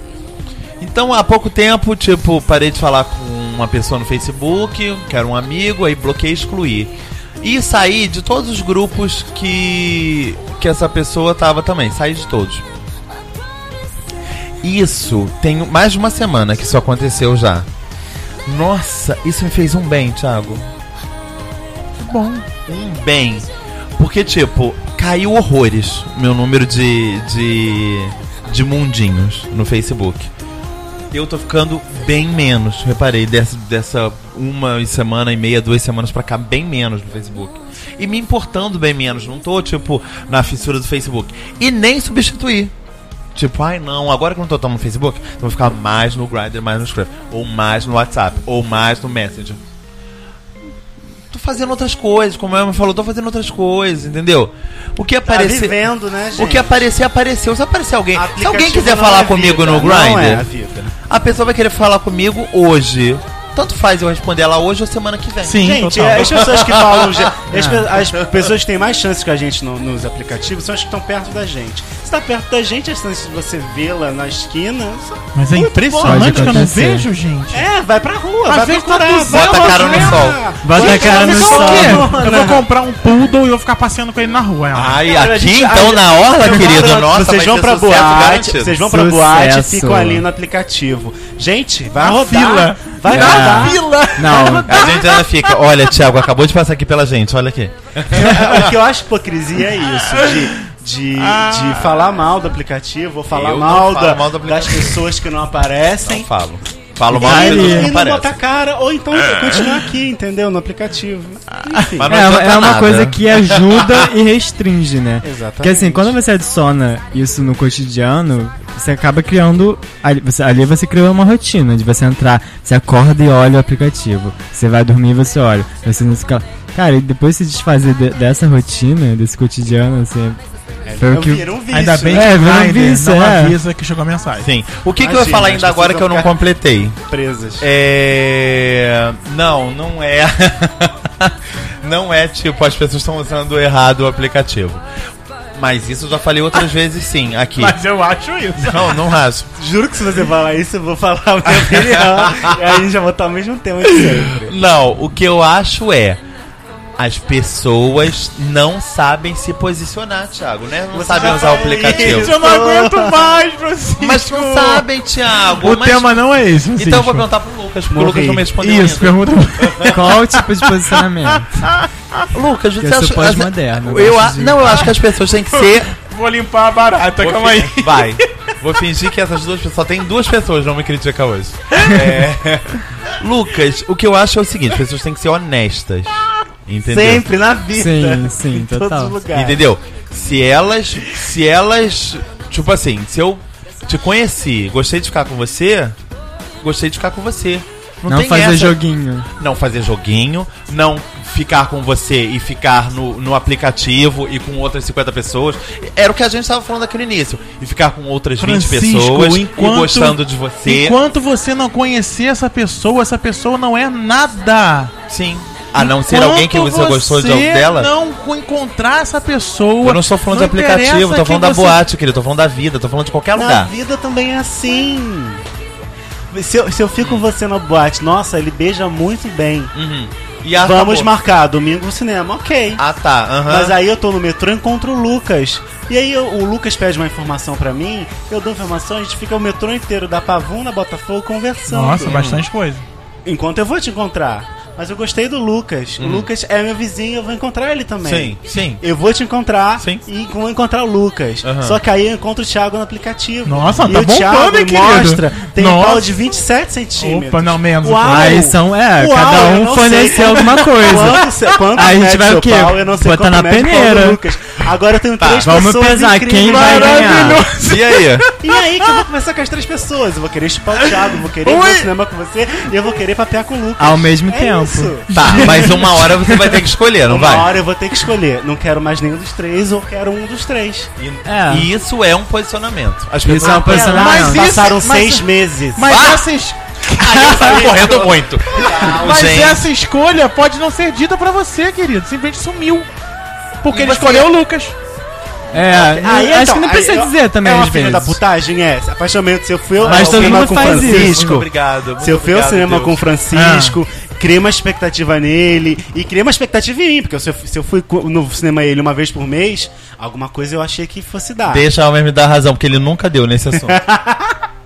S2: Então, há pouco tempo, tipo, parei de falar com uma pessoa no Facebook, que era um amigo, aí bloqueei e excluí. E saí de todos os grupos que, que essa pessoa tava também, saí de todos. Isso, tem mais de uma semana que isso aconteceu já. Nossa, isso me fez um bem, Thiago.
S1: Bom.
S2: Um bem. Porque, tipo, caiu horrores meu número de, de, de mundinhos no Facebook. Eu tô ficando bem menos, reparei, dessa, dessa uma semana e meia, duas semanas pra cá, bem menos no Facebook. E me importando bem menos, não tô, tipo, na fissura do Facebook. E nem substituir. Tipo, ai não, agora que eu não tô tão no Facebook, então eu vou ficar mais no Grindr, mais no Scrap, ou mais no WhatsApp, ou mais no Messenger. Tô fazendo outras coisas, como a Emma falou, tô fazendo outras coisas, entendeu? O que
S3: tá
S2: aparecer.
S3: vivendo, né, gente?
S2: o que aparecer, apareceu. Se aparecer alguém. Se alguém
S3: Aplicativo
S2: quiser
S3: não
S2: falar
S3: é
S2: comigo
S3: vida,
S2: no
S3: Não é a
S2: Grindr,
S3: vida.
S2: a pessoa vai querer falar comigo hoje. Tanto faz eu responder ela hoje ou semana que vem.
S1: Sim,
S3: Gente,
S1: total.
S3: é, as pessoas que
S1: (laughs)
S3: falam. ge- As, pe- as pessoas que têm mais chances que a gente no- nos aplicativos são as que estão perto da gente. Se tá perto da gente, as chances de você vê-la na esquina. são-
S1: Mas é
S3: Muito
S4: bom.
S1: impressionante
S4: Pode
S1: que eu não
S4: acontecer.
S1: vejo, gente.
S3: É, vai pra rua,
S1: Às
S3: vai
S1: vezes tá
S3: procurar.
S1: tudo
S3: vai
S2: Bota a cara no
S3: mostrar.
S2: sol.
S4: Bota a cara no
S1: Mas é
S4: sol.
S1: o quê?
S3: sol,
S1: Eu
S3: né?
S1: vou comprar um poodle e eu ficar passeando com ele na rua. é. Ela.
S2: Ai,
S3: Cara, a
S2: aqui
S3: gente-
S2: então
S3: ai,
S2: na orla,
S3: eu
S2: querido,
S3: garanto,
S2: nossa,
S3: vocês
S2: vai
S3: vão
S2: ter
S3: pra
S2: sucesso
S3: boate,
S2: garantido.
S3: vocês vão pra
S4: Sucesso.
S3: boate e ficam ali no aplicativo. Gente, vai
S1: Na
S3: rodar.
S1: fila.
S3: Vai
S4: Na
S3: rodar.
S1: Fila!
S4: Não,
S2: A gente ainda fica. Olha, Thiago, acabou de passar aqui pela gente, olha aqui.
S3: É, o que eu acho hipocrisia é isso, de... De,
S1: Ah.
S3: de falar mal do aplicativo, ou falar
S2: Eu não
S3: mal,
S2: falo
S3: da-
S2: mal do
S3: das
S2: aplicativo.
S3: pessoas que não aparecem.
S2: Não falo. Falo mal
S3: Vai
S2: de
S3: ali.
S2: tudo
S3: e
S2: que
S3: não botar
S2: parece.
S3: cara, ou então
S2: É.
S3: continuar aqui, entendeu? No aplicativo. Enfim.
S2: Mas não adianta
S4: é, é uma
S2: nada.
S4: coisa que ajuda e restringe,
S3: (laughs)
S4: né?
S3: Exatamente.
S4: Porque assim, quando você adiciona isso no cotidiano, você acaba criando. Ali você, ali você cria uma rotina de você entrar, você acorda e olha o aplicativo. Você vai dormir e você olha. Você não fica. Cara, e depois se desfazer de- dessa rotina, desse cotidiano, assim. Foi o que.
S3: vira um vício.
S1: Ainda bem que
S4: É,
S1: o
S4: vira um
S1: Grindr
S4: vício,
S1: não
S4: é.
S1: avisa que chegou a mensagem.
S2: Sim. O que, que eu ia
S3: Imagina,
S2: falar
S3: as
S2: ainda agora
S3: pessoas
S2: que eu não
S3: vão ficar-
S2: completei?
S3: presas.
S2: É. Não, não é. (laughs) não é tipo, as pessoas estão usando errado o aplicativo. Mas isso eu já falei
S3: Ah,
S2: outras vezes sim, aqui.
S1: Mas eu acho isso.
S2: Não, não raspo.
S3: Juro que se você falar isso, eu vou falar a minha
S4: (laughs)
S3: opinião. e aí a gente já botar o mesmo tema de sempre.
S2: Não, o que eu acho é. As pessoas não sabem se posicionar, Thiago, né? Não
S3: Você
S2: sabem
S3: já
S2: usar o
S3: falei
S2: aplicativo.
S1: Gente, eu não aguento mais, Francisco.
S2: Mas não sabem, Thiago.
S1: O
S2: mas-
S1: tema não é esse, Francisco.
S2: Então eu vou perguntar pro Lucas, porque o Lucas não me respondeu
S1: Isso,
S2: ainda.
S1: pergunta.
S4: Qual o tipo de posicionamento?
S2: Lucas, você
S4: Eu sou
S2: acha-
S4: pós-moderno, eu
S2: Eu
S1: né,
S4: gosto
S2: a-
S4: de-
S2: Não, eu acho que as pessoas têm
S1: (laughs)
S2: que ser.
S1: Vou limpar a barata,
S2: Vou
S1: calma aí.
S2: fi- Vai. Vou fingir que essas duas pessoas. Só tem duas pessoas, não me critica hoje.
S1: (laughs)
S2: É. Lucas, o que eu acho é o seguinte: as pessoas têm que ser honestas. Entendeu?
S3: Sempre na vida.
S4: Sim, sim,
S3: em
S4: total.
S3: todos os lugares.
S2: Entendeu? Se elas. Se elas. Tipo assim, se eu te conheci, gostei de ficar com você, gostei de ficar com você. Não,
S4: Não
S2: tem
S4: fazer
S2: essa,
S4: joguinho.
S2: não fazer joguinho, não ficar com você e ficar no, no aplicativo e com outras 50 pessoas. Era o que a gente estava falando aqui no início. E ficar com outras 20
S1: Francisco,
S2: pessoas
S1: enquanto-
S2: e gostando de você.
S1: Enquanto você não conhecer essa pessoa, essa pessoa não é nada.
S2: Sim. A não ser alguém que
S1: Enquanto
S2: você gostou de, dela.
S1: não co- encontrar essa pessoa.
S2: eu não estou falando
S1: não
S2: de aplicativo,
S1: interessa
S2: tô falando
S1: que
S2: da
S1: você-
S2: boate, querido, tô falando da vida, tô falando de qualquer
S3: Na
S2: lugar.
S3: vida também é assim. Se eu, se eu fico com você na boate, nossa, ele beija muito bem.
S2: Uhum. E a
S3: Vamos
S2: acabou.
S3: marcar domingo no cinema, ok.
S2: Ah, tá. aham.
S3: Mas é aí eu tô no metrô e encontro o Lucas. E aí eu- o Lucas pede uma informação pra mim, eu dou informação, a gente fica o metrô inteiro da Pavuna, Botafogo, conversando.
S1: Nossa, bastante coisa.
S3: Enquanto eu vou te encontrar. Mas eu gostei do Lucas. O Lucas é meu vizinho, eu vou encontrar ele também.
S2: Uhum. Sim,
S3: (laughs)
S2: sim.
S3: Eu vou te encontrar
S2: Sim.
S3: e vou encontrar o Lucas.
S2: Aham.
S3: Só que aí eu encontro o Thiago no aplicativo.
S1: Nossa, tá
S3: e o
S1: bombando,
S3: Thiago
S1: hein,
S3: me mostra,
S1: querido?
S3: tem um
S1: Nossa.
S3: pau de 27 centímetros.
S1: Opa, não, menos.
S3: Uau!
S4: Aí são, é,
S3: Uau,
S4: cada
S3: eu
S4: um
S3: não
S4: forneceu
S3: sei.
S4: alguma coisa.
S3: Quantos, quantos
S4: Aí a gente
S3: mede
S4: vai
S3: seu
S4: o quê?
S3: Pau, eu não sei
S4: Botar
S3: quanto
S4: na
S3: mede o pau do
S4: peneira. Tá,
S3: Lucas. Agora eu tenho três
S4: vamos
S3: pessoas
S4: pesar, quem
S3: incríveis.
S4: vai ganhar?
S2: E aí?
S3: E aí que eu vou conversar com as três pessoas. Eu vou querer chupar o Thiago, vou querer ir no cinema com você e eu vou querer papear com o Lucas.
S4: Ao mesmo
S3: É isso.
S4: tempo.
S2: Tá, mas uma hora você vai ter que escolher, não
S3: Uma
S2: Então vai?
S3: hora eu vou ter que escolher. Não quero mais nenhum dos três ou quero um dos três.
S2: E,
S4: É.
S2: e isso é um
S3: (laughs)
S2: posicionamento. As
S4: Isso é um
S1: Mas isso-
S4: posicionamento.
S3: Passaram
S1: mas-
S3: seis meses.
S1: Mas,
S2: Ah!
S1: essa, es-
S2: pessoas estão Tá correndo muito.
S1: mas
S3: é
S2: Gente.
S3: assim.
S1: essa escolha pode não ser dita pra você, querido. Simplesmente sumiu. Porque
S2: E
S1: ele
S2: você-
S1: escolheu o Lucas.
S4: É,
S3: Aí,
S4: acho
S3: então,
S4: que não
S3: aí,
S4: precisa
S3: eu-
S4: dizer também
S3: é uma
S4: às
S3: filha da
S4: vezes.
S3: putagem, é. Se apaixonamento, se eu fui ao
S4: Mas todo
S3: cinema
S4: mundo
S3: com um
S4: faz isso.
S2: Muito
S3: Francisco,
S2: obrigado. muito
S3: se eu fui ao
S2: obrigado,
S3: cinema
S2: Deus.
S3: com o Francisco,
S2: Ah.
S3: criei uma expectativa nele e criei uma expectativa em mim, porque se eu, se eu fui co- no cinema ele uma vez por mês, alguma coisa eu achei que fosse dar.
S2: Ah, Deixa o homem me dar razão, porque ele nunca deu nesse assunto.
S3: (laughs)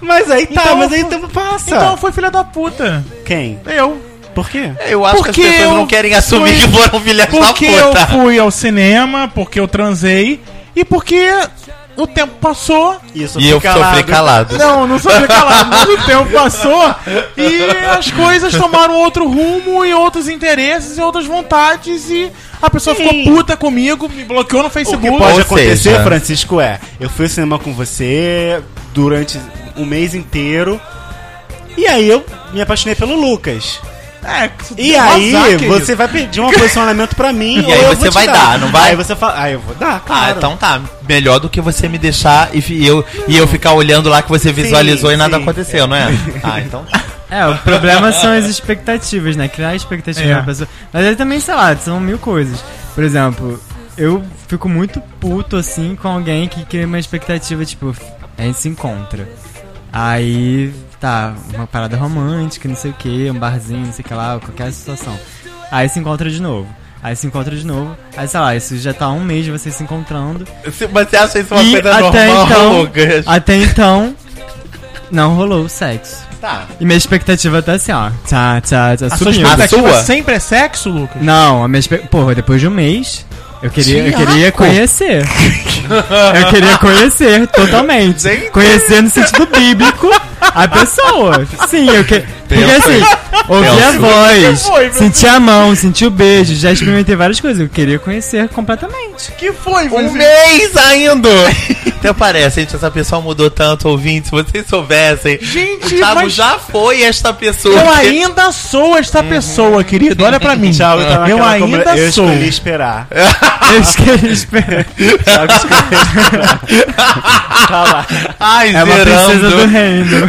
S3: Mas aí tá,
S1: Então,
S3: mas aí o
S1: eu-
S3: tempo passa.
S1: Então foi filha da puta.
S3: Quem?
S1: Eu.
S3: Por quê?
S2: Eu acho
S1: Porque
S2: que as pessoas
S1: eu
S2: não querem assumir
S1: fui-
S2: que foram filhas da
S1: Porque eu
S2: puta.
S1: fui ao cinema, porque eu transei e porque o tempo passou.
S3: Isso,
S2: E eu sofri calado.
S1: Não, não sou calado, mas o tempo passou e as coisas tomaram outro rumo e outros interesses e outras vontades e a pessoa
S3: Sim.
S1: ficou puta comigo, me bloqueou no
S3: O
S1: Facebook.
S3: que pode
S2: Ou
S3: acontecer,
S2: seja-
S3: Francisco, é: eu fui ao cinema com você durante um mês inteiro. E aí eu me apaixonei pelo Lucas.
S1: É, isso
S3: E
S1: deu
S3: aí
S1: azar, querido.
S3: você vai pedir um posicionamento pra mim.
S2: um (laughs) E
S3: ou
S2: aí
S3: eu
S2: você
S3: vou te
S2: vai dar, não vai?
S3: Aí você fala, ah, eu vou dar,
S2: Ah,
S3: claro.
S2: então tá. Melhor do que você me deixar e, fi- eu, e eu ficar olhando lá que você visualizou e nada
S3: sim.
S2: aconteceu,
S3: (laughs)
S2: não é? Ah, então tá.
S4: É, o problema são as expectativas, né? Criar expectativas
S1: É.
S4: na pessoa. Mas aí também, sei lá, são mil coisas. Por exemplo, eu fico muito puto, assim, com alguém que cria uma expectativa, tipo, a gente se encontra. Aí, tá, uma parada romântica, não sei o que, um barzinho, não sei o que lá, qualquer situação. Aí se encontra de novo. Aí se encontra de novo. Aí, sei lá, isso já tá há um mês de vocês se encontrando.
S2: Se- Você acha isso uma
S4: E
S2: coisa
S4: até
S2: normal, (laughs)
S4: então-
S2: Lucas?
S4: Até então, não rolou o sexo.
S2: Tá.
S4: E minha expectativa tá assim, ó. Tá, tá, tá.
S1: a sua
S4: Subiu.
S1: expectativa
S2: A sua?
S1: sempre é sexo, Lucas?
S4: Não, a minha expectativa. Porra, depois de um mês. Eu queria, eu
S2: (laughs)
S4: queria conhecer. eu queria conhecer totalmente.
S2: Gente.
S4: Conhecer no sentido bíblico a pessoa. Sim, eu queria. Porque
S2: Pensa.
S4: assim, ouvi a
S2: Pensa.
S4: voz,
S1: Foi, meu
S4: senti a mão, senti o beijo, já experimentei várias coisas. Eu queria conhecer completamente.
S1: que foi,
S2: Um
S1: Francisco?
S2: mês ainda! Até Então parece, gente, essa pessoa mudou tanto, ouvinte, se vocês soubessem.
S1: Gente,
S2: o Thiago
S1: mas-
S2: já foi esta pessoa.
S1: Eu ainda sou esta pessoa, querido. Olha pra mim.
S3: Thiago tá
S1: eu
S3: naquela
S1: ainda
S3: combra- eu
S1: sou.
S3: escolhi esperar.
S2: (laughs)
S4: Eu esque- esperar.
S3: Thiago escolheu esperar. tá lá.
S2: Ai,
S4: É uma princesa do
S2: zerando.
S4: reino.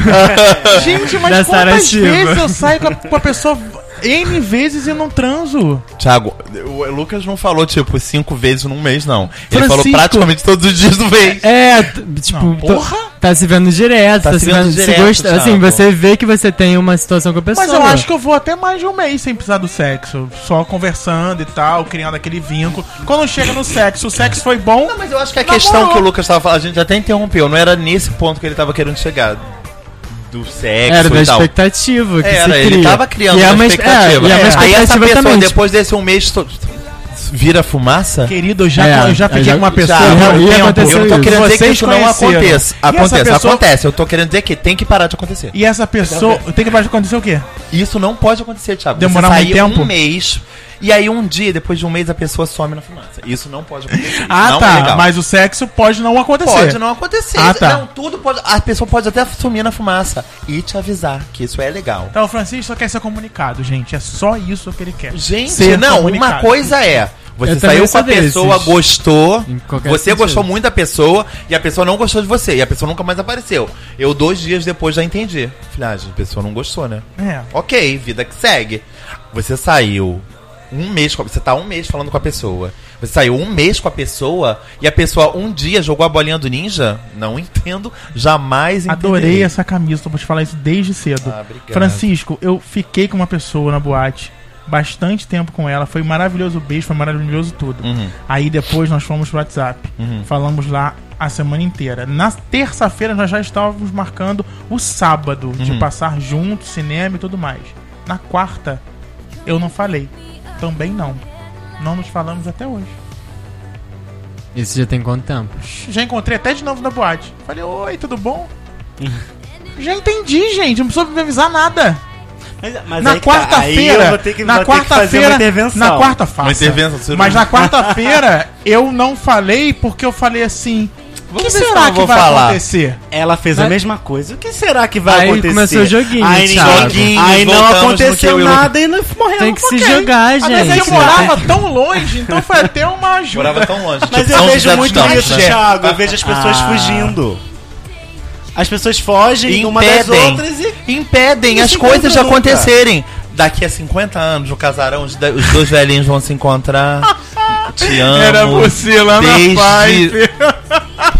S1: Gente, mas
S4: Da Sarah
S1: quantas
S4: Silva.
S1: vezes eu saio com a, com a pessoa N vezes e não transo.
S2: Thiago, o Lucas não falou, tipo, cinco vezes num mês, não. Ele
S1: Francisco.
S2: falou praticamente todos os dias do mês.
S4: É, t- tipo,
S1: Não,
S4: tô-
S1: porra.
S4: tá se vendo direto,
S2: Tá
S4: tá,
S2: se
S4: se
S2: vendo
S4: vendo, se
S2: direto,
S4: gosta, assim,
S2: Thiago.
S4: você vê que você tem uma situação com a pessoa.
S1: Mas eu acho que eu vou até mais de um mês sem precisar do sexo. Só conversando e tal, criando aquele vínculo. Quando chega no sexo, o sexo foi bom.
S2: Não, mas eu acho que a
S1: Namorou.
S2: questão que o Lucas tava falando, a gente até interrompeu, não era nesse ponto que ele tava querendo chegar. Do sexo
S4: era da
S2: e tal.
S4: expectativa que
S2: então. É, Era,
S4: se
S2: ele
S4: cria.
S2: tava criando
S4: e é
S2: uma
S4: uma
S2: expectativa.
S4: É, e é uma
S2: É, Aí essa
S4: expectativa
S2: pessoa,
S4: também. tipo,
S2: depois desse um mês, to- vira fumaça?
S1: Querido, eu já,
S4: É,
S1: eu já
S4: eu
S1: fiquei
S4: já-
S1: com uma
S4: já,
S1: pessoa.
S2: eu
S1: há um
S4: ia
S1: tempo.
S4: acontecer
S2: Eu não tô
S4: isso.
S2: querendo dizer que
S1: Vocês
S2: isso não
S1: conheceram.
S2: aconteça.
S1: E essa
S2: Acontece,
S1: pessoa-
S2: acontece. Eu tô querendo dizer que tem que parar de acontecer.
S1: E essa pessoa. Tem que parar de acontecer o quê?
S2: Isso não pode acontecer, Thiago.
S1: Demorar
S2: Você
S1: muito
S2: sair
S1: tempo?
S2: um mês e aí um dia, depois de um mês, a pessoa some na fumaça. Isso não pode acontecer. Isso
S1: Ah,
S2: não
S1: tá.
S2: é legal.
S1: mas o sexo pode não acontecer.
S2: Pode não acontecer.
S1: Ah, tá.
S2: Não, tudo pode. A pessoa pode até sumir na fumaça e te avisar que isso é legal.
S1: Então, o Francisco só quer ser comunicado, gente. É só isso que ele quer.
S2: Gente,
S1: Ser
S2: não,
S1: comunicado.
S2: uma coisa é. Você
S4: Eu também
S2: saiu com
S4: sou
S2: a pessoa,
S4: desses.
S2: gostou.
S4: Em qualquer
S2: Você
S4: sentido.
S2: gostou muito da pessoa e a pessoa não gostou de você. E a pessoa nunca mais apareceu. Eu, dois dias depois, já entendi. Falei, ah, gente, a pessoa não gostou, né?
S1: É.
S2: Ok, vida que segue. Você saiu um mês, com- você tá um mês falando com a pessoa. Você saiu um mês com a pessoa e a pessoa um dia jogou a bolinha do ninja? Não entendo, jamais entendi.
S1: Adorei essa camisa, vou te falar isso desde cedo.
S2: Ah, obrigado.
S1: Francisco, eu fiquei com uma pessoa na boate, bastante tempo com ela, foi maravilhoso o beijo, foi maravilhoso tudo.
S2: Uhum.
S1: Aí depois nós fomos pro WhatsApp,
S2: Uhum.
S1: falamos lá a semana inteira. Na terça-feira nós já estávamos marcando o sábado de
S2: Uhum.
S1: passar juntos, cinema e tudo mais. Na quarta, eu não falei. Também não. Não nos falamos até hoje.
S4: Isso já tem quanto tempo?
S1: Já encontrei até de novo na boate. Falei, oi, tudo bom? (laughs) Já entendi, gente. Não precisou me avisar nada.
S3: Mas, mas aí
S1: na
S3: que tá, aí eu
S1: quarta-feira.
S3: vou ter que-
S1: na
S3: vou ter que fazer uma
S1: quarta-feira.
S3: intervenção.
S1: Na quarta faça.
S2: Uma intervenção, você
S1: Mas
S2: não-
S1: na quarta-feira (laughs) eu não falei porque eu falei assim. O que
S2: ver se eu
S1: será
S2: não
S1: que
S2: vou
S1: vai
S2: falar."
S1: acontecer?
S3: Ela fez a
S4: Mas-
S3: mesma coisa. O que será que vai
S4: Aí
S3: acontecer?
S4: começou o joguinho,
S3: Aí,
S4: Thiago.
S3: ninguém- aí
S2: Joguinho,
S3: não
S2: voltamos no
S3: aconteceu
S2: que eu-
S3: nada e não morreu.
S4: Tem que se
S3: ok.
S4: jogar,
S1: Ah, Mas eu
S4: gente.
S1: morava tão longe, então foi até uma
S2: Eu (laughs) Morava
S1: ajuda.
S2: tão
S3: (laughs)
S2: longe.
S3: Mas
S2: tipo,
S3: eu
S2: São
S3: vejo
S2: José dos
S3: muito
S2: Campos,
S3: isso,
S2: né?
S3: Thiago. Eu vejo as pessoas
S4: Ah.
S3: fugindo. As pessoas fogem uma das outras e.
S2: impedem
S3: e
S2: as
S3: se
S2: coisas de
S3: encontram nunca.
S2: acontecerem. Daqui a 50 anos, no casarão, os, da- os dois velhinhos vão se
S4: (laughs)
S2: encontrar. Te amo.
S1: lá
S2: Desde-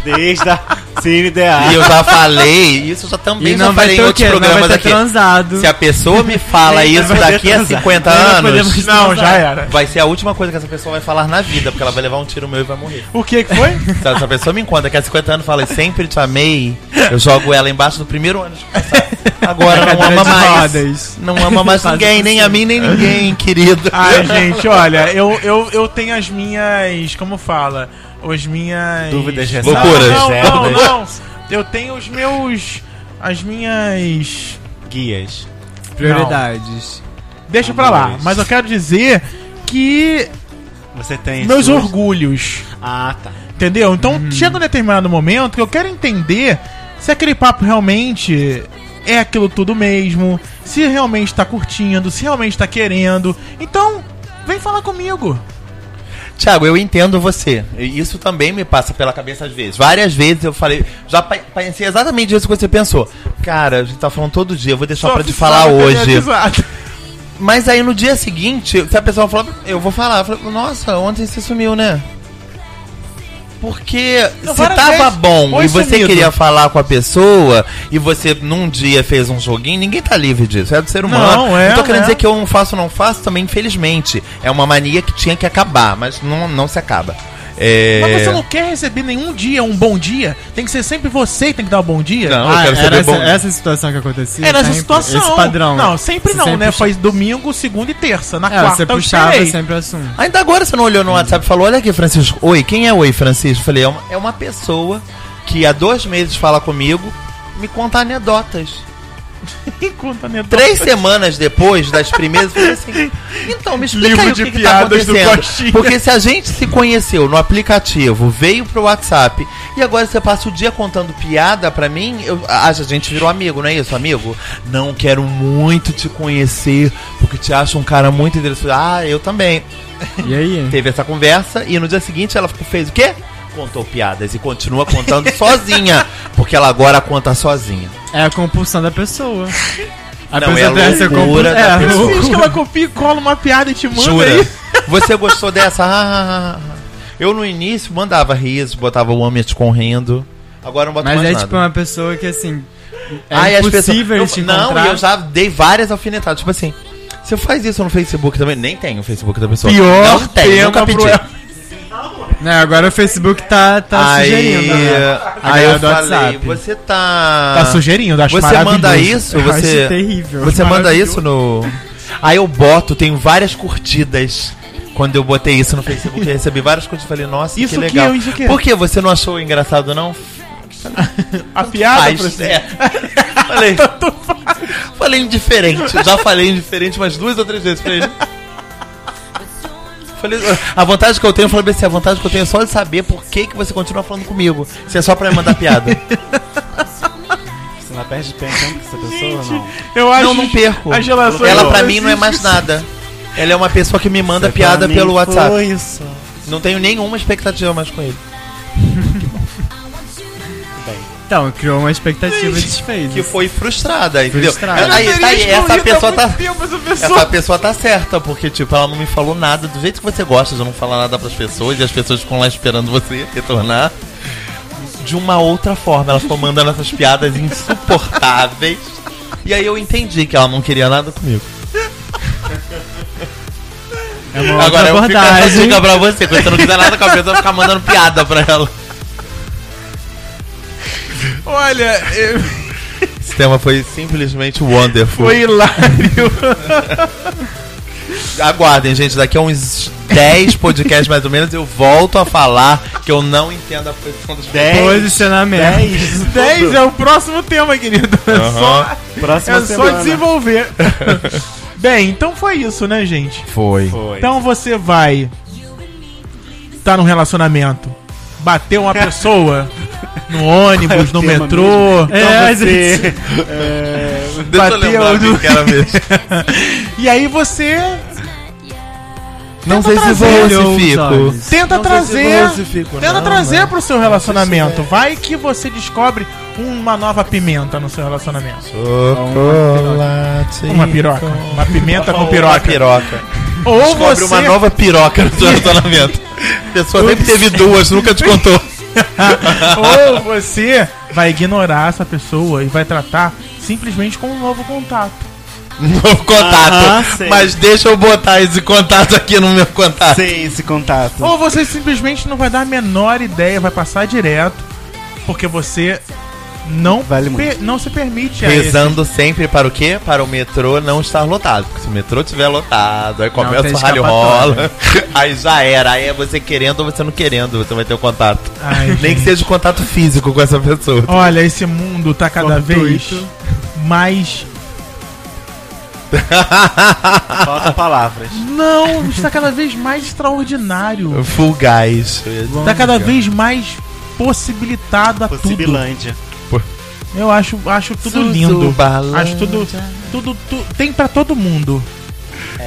S3: Desde a (laughs) Cine DA.
S2: E Ah, eu já falei, isso eu já também
S4: E
S2: já
S4: não vai
S2: falei em
S4: ter o
S2: outros
S4: quê? Não vai
S2: programas
S4: ter
S2: aqui.
S4: transado.
S2: Se a pessoa me
S4: (laughs)
S2: fala
S3: Nem
S2: isso
S3: vai
S2: daqui a
S3: transar.
S2: 50
S4: Nem vai poder
S2: anos,
S4: mais
S1: Não, já era.
S2: vai ser a última coisa que essa pessoa vai falar na vida, porque ela vai levar um tiro meu e vai morrer.
S1: O que que foi?
S2: Se essa pessoa me encontra daqui a 50 anos e fala, sempre te amei, eu jogo ela embaixo do primeiro ano de passar. Agora não
S4: Cadeira
S2: ama
S4: de
S2: mais.
S4: rodas.
S2: Não ama mais
S4: Faz
S2: ninguém,
S4: isso.
S2: nem a mim, nem ninguém, querido. (laughs)
S1: Ai, gente, olha, eu, eu, eu tenho as minhas. Como fala? As minhas.
S3: Dúvidas,
S1: não,
S2: ressalvas. Loucuras.
S1: Não, não,
S2: Dúvidas.
S1: não. Eu tenho os meus. As minhas.
S3: Guias.
S4: Prioridades.
S1: Deixa pra lá.
S3: Amores.
S1: Mas eu quero dizer que.
S3: Você tem.
S1: meus
S3: suas-
S1: orgulhos.
S3: Ah, tá.
S1: Entendeu? Então
S2: Hum.
S1: chega um determinado momento que eu quero entender se aquele papo realmente é aquilo tudo mesmo. Se realmente tá curtindo, se realmente tá querendo. Então, vem falar comigo.
S2: Tiago, eu entendo você. E Isso também me passa pela cabeça às vezes. Várias vezes eu falei, já pa- pensei exatamente isso que você pensou. Cara, a gente tá falando todo dia, eu vou deixar pra te falar
S1: avisado,
S2: hoje.
S1: avisado.
S2: Mas aí no dia seguinte, se a pessoa falar, eu vou falar, eu falo, nossa, ontem você sumiu, né? Porque
S1: Não,
S2: se
S1: várias
S2: tava
S1: vezes
S2: bom
S1: foi
S2: e você
S1: sumido.
S2: queria falar com a pessoa e você num dia fez um joguinho, ninguém tá livre disso, é do ser humano.
S1: Não, é,
S2: tô querendo
S1: né?
S2: dizer que eu não faço, não faço também, infelizmente. É uma mania que tinha que acabar, mas não, não se acaba. É...
S1: Mas você não quer receber nenhum dia um bom dia? Tem que ser sempre você que tem que dar o bom dia?
S2: Não, eu
S4: Ah,
S2: quero
S4: era
S2: saber
S4: essa,
S2: bom.
S4: essa situação que acontecia?
S1: Era essa
S4: sempre?
S1: situação.
S4: Esse padrão.
S1: Não, sempre
S4: Você
S1: não, né?
S4: puxa-
S1: Foi domingo, segunda e terça. Na
S4: É,
S1: quarta
S4: você
S1: eu
S4: puxava
S1: esperei. (laughs)
S4: sempre o assunto.
S2: Ainda agora você não olhou no WhatsApp e falou: Olha aqui, Francisco. Oi, quem é Oi, Francisco? Eu falei: É uma, é uma pessoa que há dois meses fala comigo, me conta anedotas.
S1: Enquanto a minha
S2: Três semanas depois das primeiras, eu falei assim: Então, me explica
S1: Livro
S2: aí o
S1: de
S2: que, que tá
S1: piadas do
S2: acontecendo.
S1: Coxinha.
S2: Porque se a gente se conheceu no aplicativo, veio pro WhatsApp e agora você passa o dia contando piada pra mim, eu, ah, a gente virou amigo, não é isso, amigo? Não quero muito te conhecer porque te acho um cara muito interessante. Ah, eu também.
S4: E aí?
S2: Teve essa conversa e no dia seguinte ela ficou- fez o quê? Contou piadas e continua (laughs) contando sozinha. Porque ela agora conta sozinha.
S4: É a compulsão da pessoa. A
S2: Não,
S4: pessoa
S2: é
S4: deve ser
S2: loucura
S4: compu-
S2: da
S4: é,
S1: Eu
S2: pessoa.
S1: fiz que ela copia e cola uma piada e te manda
S2: Jura?
S1: aí.
S2: (laughs) Você gostou dessa? Ah, ah, ah, ah. Eu no início mandava riso, botava o homem correndo. Agora não boto
S4: Mas
S2: mais
S4: é
S2: nada.
S4: tipo uma pessoa que assim. É
S2: Aí as pessoas-
S4: impossível eles te
S2: eu, Não,
S4: encontrar.
S2: e eu já dei várias alfinetadas. Tipo assim, você faz isso no Facebook também? Nem tem o Facebook da pessoa.
S1: Pior
S2: não tem,
S1: tema
S2: nunca
S1: pro
S2: pedi.
S1: El-
S4: é Não, agora o Facebook tá, tá
S2: aí,
S4: sugerindo. né? A
S2: aí
S4: galera
S2: eu
S4: do
S2: falei,
S4: WhatsApp.
S2: você tá...
S1: Tá sugerindo, acho
S2: Você manda
S1: maravilhoso.
S2: isso,
S4: Eu acho
S2: você...
S4: terrível.
S2: Você manda isso no... Aí eu boto, tenho várias curtidas. Quando eu botei isso no Facebook, eu recebi várias curtidas. Falei, nossa,
S1: Isso
S2: que
S1: que
S2: legal.
S1: eu, isso que é. eu.
S2: Por que? Você não achou engraçado, não?
S1: A piada
S2: Faz.
S1: pro
S2: É. (laughs)
S1: (laughs)
S2: falei, falei indiferente. Já falei indiferente umas duas ou três vezes pra ele. Falei, a vontade que eu tenho, eu falei pra ele assim, a vontade que eu tenho é só de saber por que, que você continua falando comigo. Se é só pra me mandar piada.
S1: (laughs)
S3: Você não perde tempo com essa pessoa ou não?
S1: Eu acho
S2: não, não perco.
S1: as relações
S2: Ela pra
S1: não
S2: mim não é mais nada. Ela é uma pessoa que me manda
S3: Você
S2: piada
S3: pra mim
S2: pelo WhatsApp.
S3: Foi isso.
S2: Não tenho nenhuma expectativa mais com ele.
S4: Então, criou uma expectativa desfeita.
S2: Que foi frustrada, entendeu?
S4: Frustrada.
S2: Aí, tá aí,
S1: Eles não
S2: essa
S1: lidam
S2: pessoa
S1: muito
S2: tá.
S1: tempo, essa pessoa.
S2: Essa pessoa tá certa, porque, tipo, ela não me falou nada do jeito que você gosta de não falar nada pras pessoas e as pessoas ficam lá esperando você (laughs) retornar. De uma outra forma, ela ficou mandando essas piadas insuportáveis. E aí eu entendi que ela não queria nada comigo.
S4: É uma outra
S2: Agora eu fico essa
S4: abordagem.
S2: dica pra você, quando você não quiser nada com a pessoa, ficar mandando piada pra ela.
S1: Olha, eu-
S2: Esse tema foi simplesmente wonderful.
S1: foi
S2: (laughs)
S1: hilário.
S2: Aguardem, gente, daqui a uns 10 podcasts mais ou menos eu volto a falar que eu não entendo a posição dos
S3: 10.
S4: Posicionamento.
S3: 10.
S1: 10 é o próximo tema, querido. É só,
S3: Próxima
S1: é só
S3: semana.
S4: (laughs)
S1: desenvolver. Bem, então foi isso, né, gente?
S2: Foi.
S3: Foi.
S1: Então você vai. Tá num relacionamento. Bateu uma
S2: (laughs)
S1: pessoa no ônibus, no
S3: tema
S1: metrô.
S3: Então
S4: É,
S3: você-
S4: gente.
S3: é,
S2: Deixa eu
S1: Bateu
S2: lembrar
S1: do-
S2: quem que era mesmo. É.
S1: E aí você
S2: Não sei se
S1: trazer
S2: vou
S4: olhou
S2: se
S4: os
S2: fico.
S4: olhos.
S1: tenta
S2: Não sei se
S3: é,
S1: trazer.
S2: crucifico,
S1: Tenta
S2: não,
S1: trazer
S2: mas-
S1: pro seu relacionamento. Vai que você descobre uma nova pimenta no seu relacionamento.
S2: Chocolate.
S1: Uma piroca. Uma pimenta com
S2: Uma
S1: piroca.
S2: piroca.
S1: Ou
S2: Descobre
S1: você.
S2: então. uma (laughs) nova piroca no seu relacionamento. A pessoa sempre teve duas, nunca te contou.
S1: (laughs) Ou você vai ignorar essa pessoa e vai tratar simplesmente como um novo contato.
S2: Novo
S3: Aham,
S2: contato.
S3: sei.
S2: Mas deixa eu botar esse contato aqui no meu contato.
S3: Sem esse contato.
S1: Ou você simplesmente não vai dar a menor ideia, vai passar direto, porque você não,
S3: Vale
S1: per- não se permite a
S2: Rezando sempre para o quê? Para o metrô não estar lotado. Porque se o metrô estiver lotado, aí começa
S4: tem
S2: o ralho rola. (laughs)
S4: escapatória.
S2: Aí já era. Aí é você querendo ou você não querendo, você vai ter o contato.
S1: esse- Ai,
S2: (laughs) Nem que
S1: gente.
S2: seja o contato físico com essa pessoa.
S1: Olha, esse mundo tá cada vez
S3: Fortuito.
S1: mais.
S3: Falta palavras.
S1: Não, está cada vez mais extraordinário.
S2: Full gás.
S1: Está cada vez mais possibilitado a tudo.
S3: Possibilândia.
S1: Eu acho, acho tudo lindo. Acho tudo. Tudo, tu- tem pra todo mundo.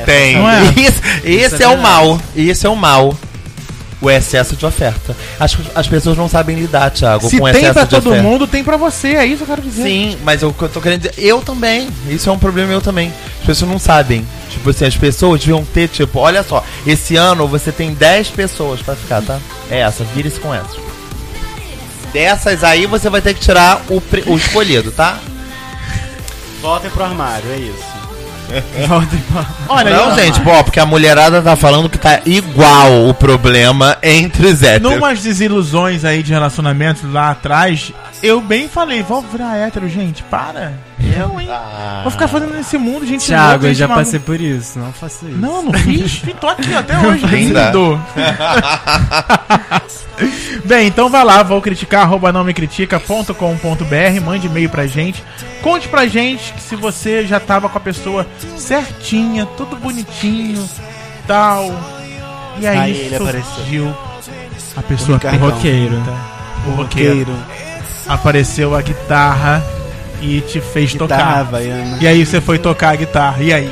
S2: Tem. (laughs)
S1: Não é?
S2: Esse, esse
S3: Isso é
S2: é, o
S3: verdade.
S2: mal. Esse é o mal. O excesso de oferta. As, as pessoas não sabem lidar, Thiago,
S1: Se
S2: com o
S1: tem
S2: excesso
S1: pra
S2: de
S1: todo
S2: oferta.
S1: mundo, tem pra você. É isso que eu quero dizer.
S2: Sim, mas eu, eu tô querendo dizer, eu também. Isso é um problema meu também. As pessoas não sabem. Tipo assim, as pessoas deviam ter, tipo, olha só, esse ano você tem 10 pessoas pra ficar, tá? É essa, vire-se com essa. Dessas aí você vai ter que tirar o, pre- o escolhido, tá?
S3: Voltem pro armário, é isso.
S1: Olha,
S2: não,
S1: eu-
S2: gente, pô, porque a mulherada tá falando que tá igual o problema entre os héteros.
S1: Numas desilusões aí de relacionamento lá atrás, eu bem falei, vou virar hétero, gente, para. Eu, hein?
S2: Ah.
S1: Vou ficar fazendo nesse mundo, gente.
S4: Thiago,
S1: louca,
S4: eu
S1: gente
S4: já
S1: maluca.
S4: passei por isso. Não faça isso.
S1: Não, não fiz. E (laughs) tô aqui até hoje.
S2: Ainda.
S1: lindo. (laughs) Bem, então vai lá, vou criticar, arroba não me critica.com.br, mande e-mail pra gente. Conte pra gente que se você já tava com a pessoa certinha, tudo bonitinho, tal. E aí,
S3: Aí ele
S1: surgiu a
S3: O
S1: pessoa
S3: Ricardão.
S4: Roqueiro.
S1: o roqueiro. Apareceu a guitarra e te fez
S3: Guitarra
S1: tocar.
S3: havaiana.
S1: E aí você foi tocar a guitarra. E aí?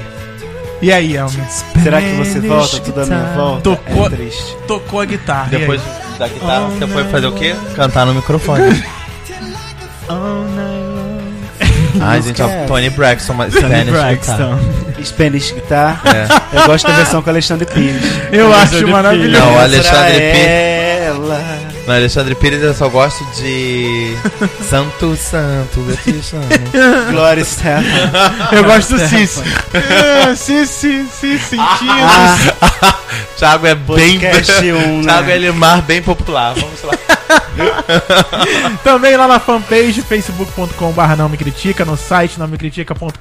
S1: E aí, Elmer?
S3: Será que você volta? Tudo a minha volta?
S1: Tocou-
S3: É triste.
S1: Tocou a guitarra. e aí?
S2: Depois da guitarra,
S5: (laughs)
S2: você foi fazer o quê? Cantar no microfone. Ai, gente,
S3: música é
S2: ó,
S3: essa?
S2: Tony Braxton, mas
S5: Tony
S2: Spanish
S5: Braxton.
S3: Spanish Guitar.
S2: Guitar.
S3: Eu gosto da versão com Alexandre Pires.
S1: Eu acho
S5: Alexandre
S2: É.
S1: maravilhoso.
S2: Não, Alexandre
S3: Pra
S2: Pires.
S3: Ela.
S2: Não, Alexandre Pires eu só gosto (laughs) de. santo, santo, eu te chamo. (laughs)
S3: Glória Estefan.
S1: Eu gosto do Cici. É, Cici, Cici, sentindo.
S3: Ah,
S2: Thiago é bem. (laughs)
S3: podcast 1.
S2: Thiago é Limar bem popular. Vamos lá.
S1: Também lá na fanpage, facebook.com.br não me critica, no site não me critica.com.br,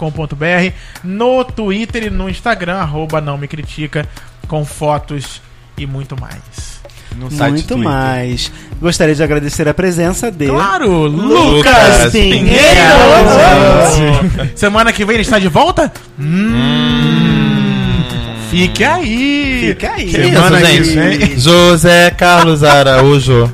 S1: no Twitter e no Instagram, arroba não me critica, com fotos e muito mais.
S2: No
S3: Muito
S2: Twitter.
S3: mais. Gostaria de agradecer a presença dele.
S1: Claro, Lucas!
S2: Lucas
S3: Pinheiro.
S1: Pinheiro! Semana que vem ele está de volta? Hum. Fique aí!
S3: Fica aí.
S2: Que
S1: Semana que
S2: isso,
S1: vem.
S2: gente? José Carlos Araújo.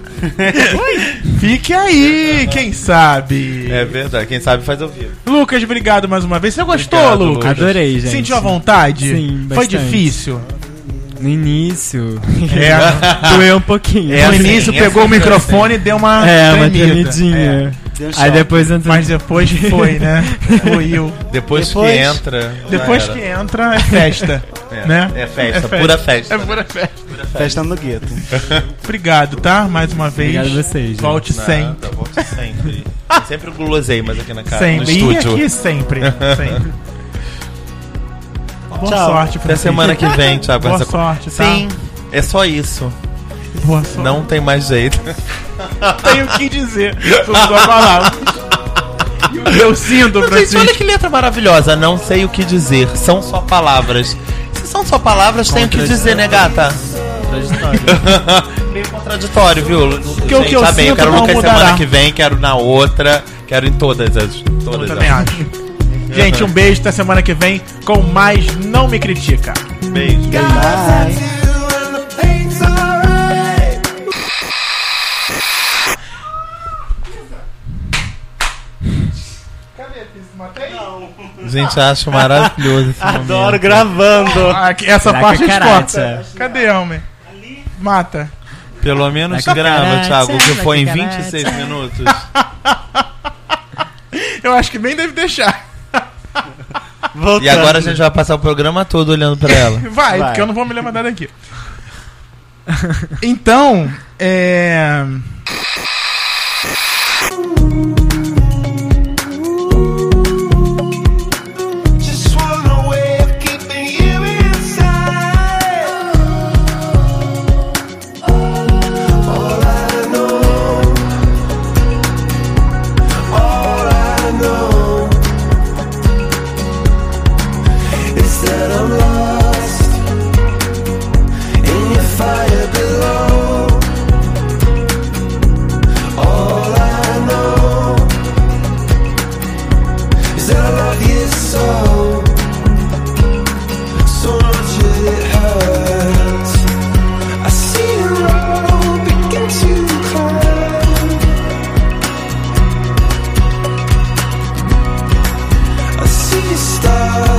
S1: Fique aí, quem sabe?
S2: É verdade, quem sabe faz ouvir.
S1: Lucas, obrigado mais uma vez. Você gostou,
S2: Obrigado,
S1: Lucas?
S4: Adorei, gente.
S1: Sentiu a vontade?
S4: Sim,
S1: Foi
S4: bastante.
S1: difícil.
S4: No início,
S1: É.
S4: doeu um pouquinho.
S2: É,
S1: no
S2: assim,
S1: início
S2: é
S1: pegou o
S2: assim,
S1: microfone e deu uma
S4: É, uma
S1: tremida. É.
S4: tremidinha.
S3: Deu
S4: Aí
S3: choque.
S4: depois entrou.
S1: Mas depois foi,
S2: (laughs)
S1: né? Fluiu.
S2: Depois,
S3: Depois-
S2: que entra.
S1: Depois
S2: já
S1: que
S2: era.
S1: entra, é festa.
S2: É,
S1: né?
S2: é festa,
S1: É
S2: pura festa.
S1: É pura festa.
S3: Festa no gueto.
S1: Obrigado, tá? Mais uma vez.
S4: Obrigado a vocês. gente.
S2: É
S1: Volte sempre.
S2: Nada, volte sempre. Eu sempre gulosei, mas aqui na casa, no
S1: sempre. E
S2: estúdio.
S1: aqui sempre. sempre. Boa
S3: Tchau.
S1: sorte pra
S2: Até
S1: vocês.
S2: semana que vem, Thiago.
S1: Boa
S2: Essa-
S1: sorte, tá?
S2: Sim, é só isso.
S1: Boa sorte.
S2: Não tá. tem mais jeito.
S1: tenho o que dizer sobre sua
S2: (laughs)
S1: palavra. Eu sinto,
S2: Gente, olha
S1: Francisco.
S2: que letra maravilhosa. Não sei o que dizer, são só palavras. Se são só palavras, tem o que dizer, né, gata? (laughs) Meio contraditório, viu? tá
S1: Porque o que eu sinto
S2: quero
S1: não
S2: Lucas
S1: mudará.
S2: semana que vem, quero na outra, quero em todas as.
S1: Eu
S2: Todas
S1: também
S2: as.
S1: acho. Gente, um beijo. Até semana que vem com mais Não Me Critica.
S2: Beijo.
S3: Bye.
S2: Gente, acho
S1: (laughs)
S2: maravilhoso esse
S3: Adoro
S2: momento.
S3: gravando. (laughs)
S1: Ah, que- essa
S4: Caraca,
S1: parte a gente corta.
S4: caraca.
S1: Adoro. Cadê, homem? Mata.
S2: Pelo
S1: É
S2: menos
S4: Caraca,
S2: grava,
S4: caraca,
S2: Thiago, que foi em
S4: caraca.
S2: 26
S1: (laughs)
S2: minutos.
S1: Eu acho que nem deve deixar.
S3: Voltando.
S2: E agora a gente vai passar o programa todo olhando pra ela.
S1: Vai,
S3: Vai.
S1: porque eu não vou me lembrar daqui. Então, é.
S6: Just wanna wave, keeping you inside. All I know, all I know is that I'm lost in your fire below. All I know is that I love you so So much that it hurts I see the road begin to climb I see the stars Oh,